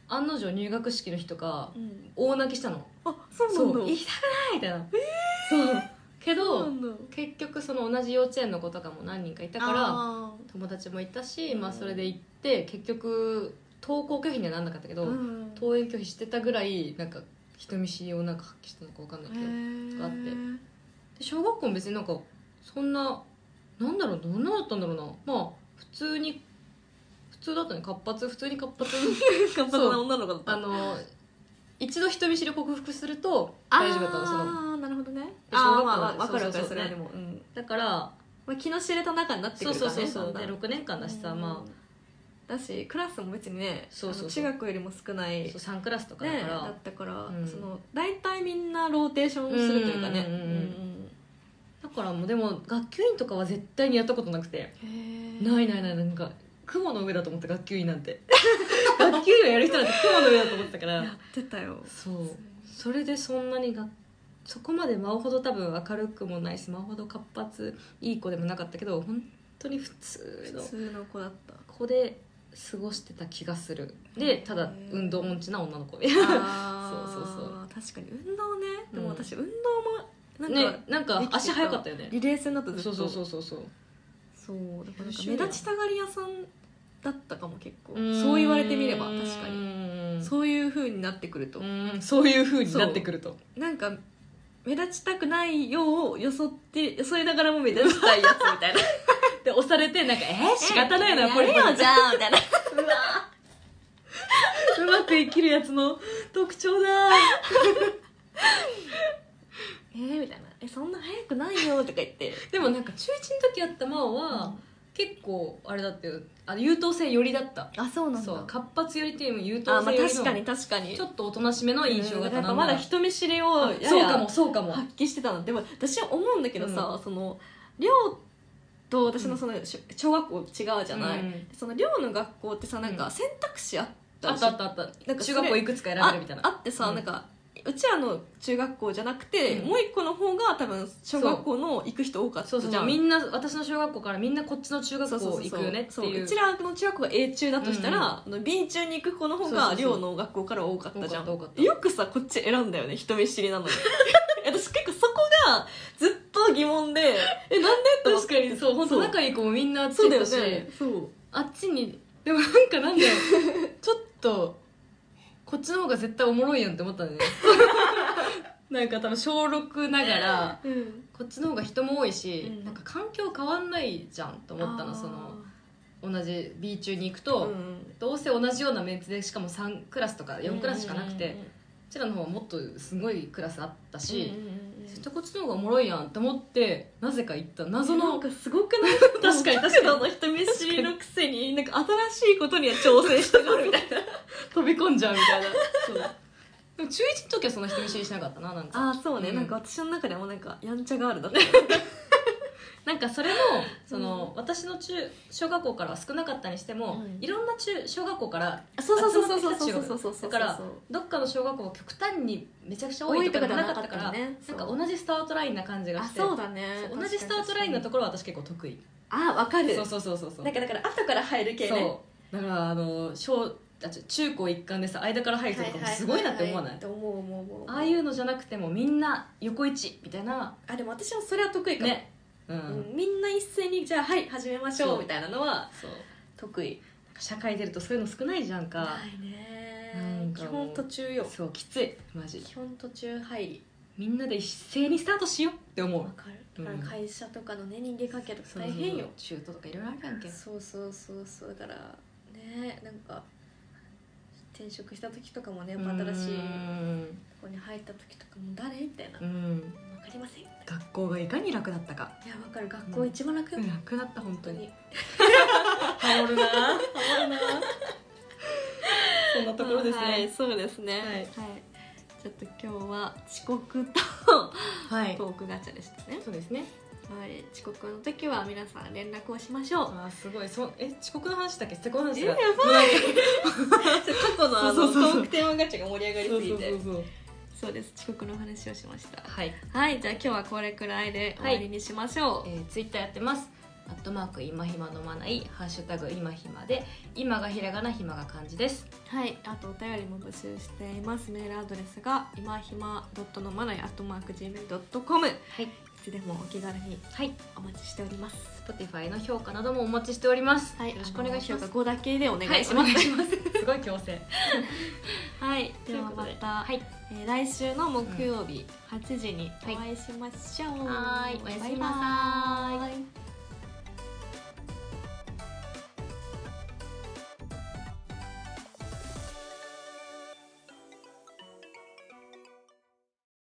Speaker 2: 案の定入学式の日とか
Speaker 1: うん
Speaker 2: 大泣きしたの
Speaker 1: あそう
Speaker 2: そ
Speaker 1: なん
Speaker 2: う
Speaker 1: だ
Speaker 2: 行きたくないみたいなそうけ
Speaker 1: そう
Speaker 2: ど
Speaker 1: なんだ
Speaker 2: 結局その同じ幼稚園の子とかも何人かいたから
Speaker 1: あ
Speaker 2: 友達もいたし、まあ、
Speaker 1: うん
Speaker 2: それで行って結局登校拒否にはなんなかったけど、
Speaker 1: ーうん
Speaker 2: 登園拒否してたぐらいなんか人見知りをなんか発揮したのかわかんないけど、で
Speaker 1: が
Speaker 2: があって小学校も別になんかそんななんだろうどんなだったんだろうなまあ普通に普通だったね活発普通に活発
Speaker 1: (laughs)
Speaker 2: に
Speaker 1: 頑張ったな女の子だった
Speaker 2: あの一度人見知りを克服すると大丈夫だったのその
Speaker 1: あーなるほどね
Speaker 2: で小学校
Speaker 1: まあ
Speaker 2: の時
Speaker 1: まあわかるわか
Speaker 2: そ
Speaker 1: る
Speaker 2: うそうそう
Speaker 1: それはでもうん
Speaker 2: だから
Speaker 1: まあ気の知れた中になってく
Speaker 2: そう
Speaker 1: るか
Speaker 2: そう
Speaker 1: ら
Speaker 2: そう
Speaker 1: ね
Speaker 2: そう
Speaker 1: だ
Speaker 2: で
Speaker 1: んだん
Speaker 2: 6年間だしさ、ま
Speaker 1: あだしクラスも別にね
Speaker 2: そうそうそう
Speaker 1: あの中学よりも少ない
Speaker 2: あ
Speaker 1: ね
Speaker 2: そう3クラスとかだから、
Speaker 1: だったから
Speaker 2: うん
Speaker 1: その大体みんなローテーションするというかね
Speaker 2: うんうんうん
Speaker 1: うん
Speaker 2: だからもうでも学級委員とかは絶対にやったことなくて
Speaker 1: うんへー
Speaker 2: ないないないなんか雲の上だと思って学級委員なん (laughs) て学級委員をやる人なんて雲の上だと思ってたから
Speaker 1: やってたよ
Speaker 2: そうそれでそんなにがそこまで真央ほど多分明るくもないし真央ほど活発いい子でもなかったけど本当に普通の
Speaker 1: 普通の子だった
Speaker 2: 子で過ごしてた気がするでただ
Speaker 1: へー
Speaker 2: 運動音痴な女の子
Speaker 1: あー
Speaker 2: そうそうそう
Speaker 1: 確かに運動ねでも
Speaker 2: うん
Speaker 1: 私運動もなん
Speaker 2: (laughs) ね
Speaker 1: か
Speaker 2: なんか
Speaker 1: できてた
Speaker 2: 足速かったよね
Speaker 1: リレー戦だとずっ
Speaker 2: そ
Speaker 1: と
Speaker 2: うそうそうそう
Speaker 1: そ
Speaker 2: そう
Speaker 1: うだからなんか目
Speaker 2: 面白いな
Speaker 1: 立ちたがり屋さんだったかも結構そう言われてみれば確かに
Speaker 2: に
Speaker 1: そういう風になってくると
Speaker 2: うんそういう風になってくると
Speaker 1: なんか目立ちたくないようよそってよそいながらも目立ちたいやつみたい (laughs) な
Speaker 2: で押されてなんか「えー、仕方ない
Speaker 1: や
Speaker 2: な
Speaker 1: れ
Speaker 2: ポリポ
Speaker 1: よ
Speaker 2: リ
Speaker 1: じゃん (laughs) みたいな
Speaker 2: うまく生きるやつの (laughs) 特徴だ
Speaker 1: えーみたいなえそんな早くないよとか言って
Speaker 2: でもなんか中1の時やった真央は、結構あれだってよあの優等生寄りだった
Speaker 1: あそうなんだ
Speaker 2: そう活発寄りっていうよりも優
Speaker 1: あ
Speaker 2: 等
Speaker 1: ま
Speaker 2: 生
Speaker 1: あ
Speaker 2: 寄り
Speaker 1: 確
Speaker 2: の
Speaker 1: かに確かに
Speaker 2: ちょっとおとなしめの印象が
Speaker 1: なんかまだ
Speaker 2: 人
Speaker 1: 人見知りをやや
Speaker 2: そうかもそうかも
Speaker 1: 発揮してたのでも私は思うんだけどさ、その寮と私のその、しょ小学校違うじゃない、
Speaker 2: うん
Speaker 1: その寮の学校ってさなん
Speaker 2: う
Speaker 1: か
Speaker 2: ん
Speaker 1: 選択肢あった
Speaker 2: あ
Speaker 1: で
Speaker 2: っ
Speaker 1: しょ
Speaker 2: たあったあった
Speaker 1: なんかそれ
Speaker 2: 中学校いくつか選べるみたい
Speaker 1: ああ
Speaker 2: な
Speaker 1: ってさ、
Speaker 2: うん
Speaker 1: なんかうちらの中学校じゃなくて、
Speaker 2: うん
Speaker 1: もう一個の方が多分小学校の行く人多かったじ
Speaker 2: そ
Speaker 1: ゃ
Speaker 2: うんそうそうみんな私の小学校からみんなこっちの中
Speaker 1: そう
Speaker 2: 学
Speaker 1: そう
Speaker 2: 校
Speaker 1: そう
Speaker 2: 行
Speaker 1: そ
Speaker 2: くよねっていう
Speaker 1: そううちらの中学校が A 中だとした
Speaker 2: うんうん
Speaker 1: ら、あの B 中に行く子の方
Speaker 2: そ
Speaker 1: が
Speaker 2: うそうそ
Speaker 1: 寮
Speaker 2: う
Speaker 1: の学校から多かったじゃん
Speaker 2: 多かった多かった
Speaker 1: よくさこっち選んだよね人見知りなのに私結構そこがずっと疑問でえなんでと思っ
Speaker 2: 確
Speaker 1: て
Speaker 2: かにそう本当
Speaker 1: そう
Speaker 2: 仲いい子もみんなあっち
Speaker 1: そうだ
Speaker 2: 行
Speaker 1: よ
Speaker 2: ったし、
Speaker 1: ねそう
Speaker 2: あっちにでもなんかなんだよ (laughs) ちょっとこっちの方が絶対おもろいやんって思ったんだ
Speaker 1: (laughs)
Speaker 2: よねなんか多分小6ながら
Speaker 1: うん
Speaker 2: こっちの方が人も多いし、
Speaker 1: うん
Speaker 2: なんか環境変わんないじゃんと思った
Speaker 1: あ
Speaker 2: の
Speaker 1: ー
Speaker 2: その同じ B 中に行く
Speaker 1: う
Speaker 2: と、
Speaker 1: ん
Speaker 2: どうせ同じようなメンツでしかも3クラスとか4クラスしかなくて、
Speaker 1: うん
Speaker 2: こ
Speaker 1: うん
Speaker 2: ちらの方はもっとすごいクラスあった
Speaker 1: う
Speaker 2: し、
Speaker 1: んうんうん
Speaker 2: 絶対こっちの方がおもろいやんって思ってなぜか行った謎
Speaker 1: な
Speaker 2: の
Speaker 1: んかすごくない (laughs)
Speaker 2: 確かに確かに
Speaker 1: 極度の人見知りのくせ
Speaker 2: (laughs)
Speaker 1: になんか新しいことには挑戦したがるみたいな
Speaker 2: 飛び込んじゃうみ
Speaker 1: (laughs)
Speaker 2: たいなそうでも中1の時はそんな (laughs) 人見知りしなかったななんか
Speaker 1: ああそうね、なんか私の中でもなんかやんちゃガールだった
Speaker 2: なんかそれもその、私の中小学校からは少なかったにしても、
Speaker 1: うん
Speaker 2: いろんな中小学校から
Speaker 1: そうそうそう
Speaker 2: (laughs)
Speaker 1: そうそうそうそうそう
Speaker 2: だからどっかの小学校が極端にめちゃくちゃ多
Speaker 1: 多
Speaker 2: い
Speaker 1: い
Speaker 2: と
Speaker 1: と
Speaker 2: か
Speaker 1: か
Speaker 2: じ
Speaker 1: じ
Speaker 2: ゃ
Speaker 1: ゃなか
Speaker 2: なかっ
Speaker 1: ったたか
Speaker 2: か、
Speaker 1: ららね
Speaker 2: なんか同じスタートラインな感じが
Speaker 1: あ
Speaker 2: して
Speaker 1: そうだね
Speaker 2: そ
Speaker 1: 確
Speaker 2: う
Speaker 1: かに
Speaker 2: 同じスタートラインのところは私結構得意
Speaker 1: あわかる
Speaker 2: そうそうそうそうそう
Speaker 1: なんかだから後から入る系ね
Speaker 2: そうだからあの小あちょ中高一貫でさ間から入る人とかもすごいなって思わない,、
Speaker 1: と思う思う思う
Speaker 2: ああいうのじゃなくてもみんな横一みたいな
Speaker 1: あでも私もそれは得意かも、
Speaker 2: ねうん、
Speaker 1: うんみんな一斉にじゃあはい始めましょ
Speaker 2: そうう
Speaker 1: みたいなのは
Speaker 2: そう
Speaker 1: 得意
Speaker 2: なんか社会出るとそういうの少ないじゃんか
Speaker 1: いね
Speaker 2: なんか
Speaker 1: 基
Speaker 2: もう
Speaker 1: 本途中よ
Speaker 2: そうきついマジ
Speaker 1: 基本途中入り
Speaker 2: みんなで一斉にスタートしようって思
Speaker 1: わ
Speaker 2: う
Speaker 1: か
Speaker 2: う
Speaker 1: る
Speaker 2: ん
Speaker 1: だから会社とかのね人間関係とか大変よ
Speaker 2: そうそうそう中途とかいろいろあるやんけ
Speaker 1: そうそうそうそうだからねなんか転職した時とかもねやっぱ新しいうと
Speaker 2: ん
Speaker 1: こに入った時とかも誰みたいな
Speaker 2: う
Speaker 1: 分
Speaker 2: ん
Speaker 1: かりませんいや
Speaker 2: 学校がいかに楽だったか
Speaker 1: わかる学校一番楽よ、
Speaker 2: 楽だった本
Speaker 1: 本当
Speaker 2: 当に
Speaker 1: に
Speaker 2: ハモるなハモるなそんなところです
Speaker 1: はい
Speaker 2: ね
Speaker 1: そうですね
Speaker 2: はい
Speaker 1: はい、ちょっと今日は遅刻と
Speaker 2: はい
Speaker 1: トークガチャでしたね
Speaker 2: そうですね
Speaker 1: はい遅刻の時は皆さん連絡をしましょう
Speaker 2: あーすごいそえ遅刻の話だっけ遅刻の話だ
Speaker 1: えや (laughs) 過去のあの
Speaker 2: そうそうそう
Speaker 1: トークテーマガチャが盛り上がりすぎてそう
Speaker 2: そうそう
Speaker 1: です遅刻の話をしました
Speaker 2: はい、
Speaker 1: はいじゃあ今日はこれくらいで終わりにしましょう、
Speaker 2: えー、ツイッターやってますアットマーク今暇飲まないハッシュタグ今暇で今がひらがな暇が漢字です
Speaker 1: はい、あとお便りも募集しています。メールアドレスが今ひまドットのまないアットマーク gmail ドットコム。い
Speaker 2: はい
Speaker 1: つでもお気軽に
Speaker 2: はい
Speaker 1: お待ちしております。
Speaker 2: Spotify の評価などもお待ちしております
Speaker 1: はい、
Speaker 2: よろしくお願いします
Speaker 1: あの評価五だけでお願いしま
Speaker 2: はお
Speaker 1: す。
Speaker 2: 願いしますすごい強制
Speaker 1: はい、
Speaker 2: と
Speaker 1: で
Speaker 2: いう
Speaker 1: は
Speaker 2: こと
Speaker 1: ま
Speaker 2: で
Speaker 1: た、
Speaker 2: はい
Speaker 1: えー来週の木曜日八時にお
Speaker 2: はい
Speaker 1: 会いしましょう。
Speaker 2: はーいおやすみなさ
Speaker 1: バイバーイ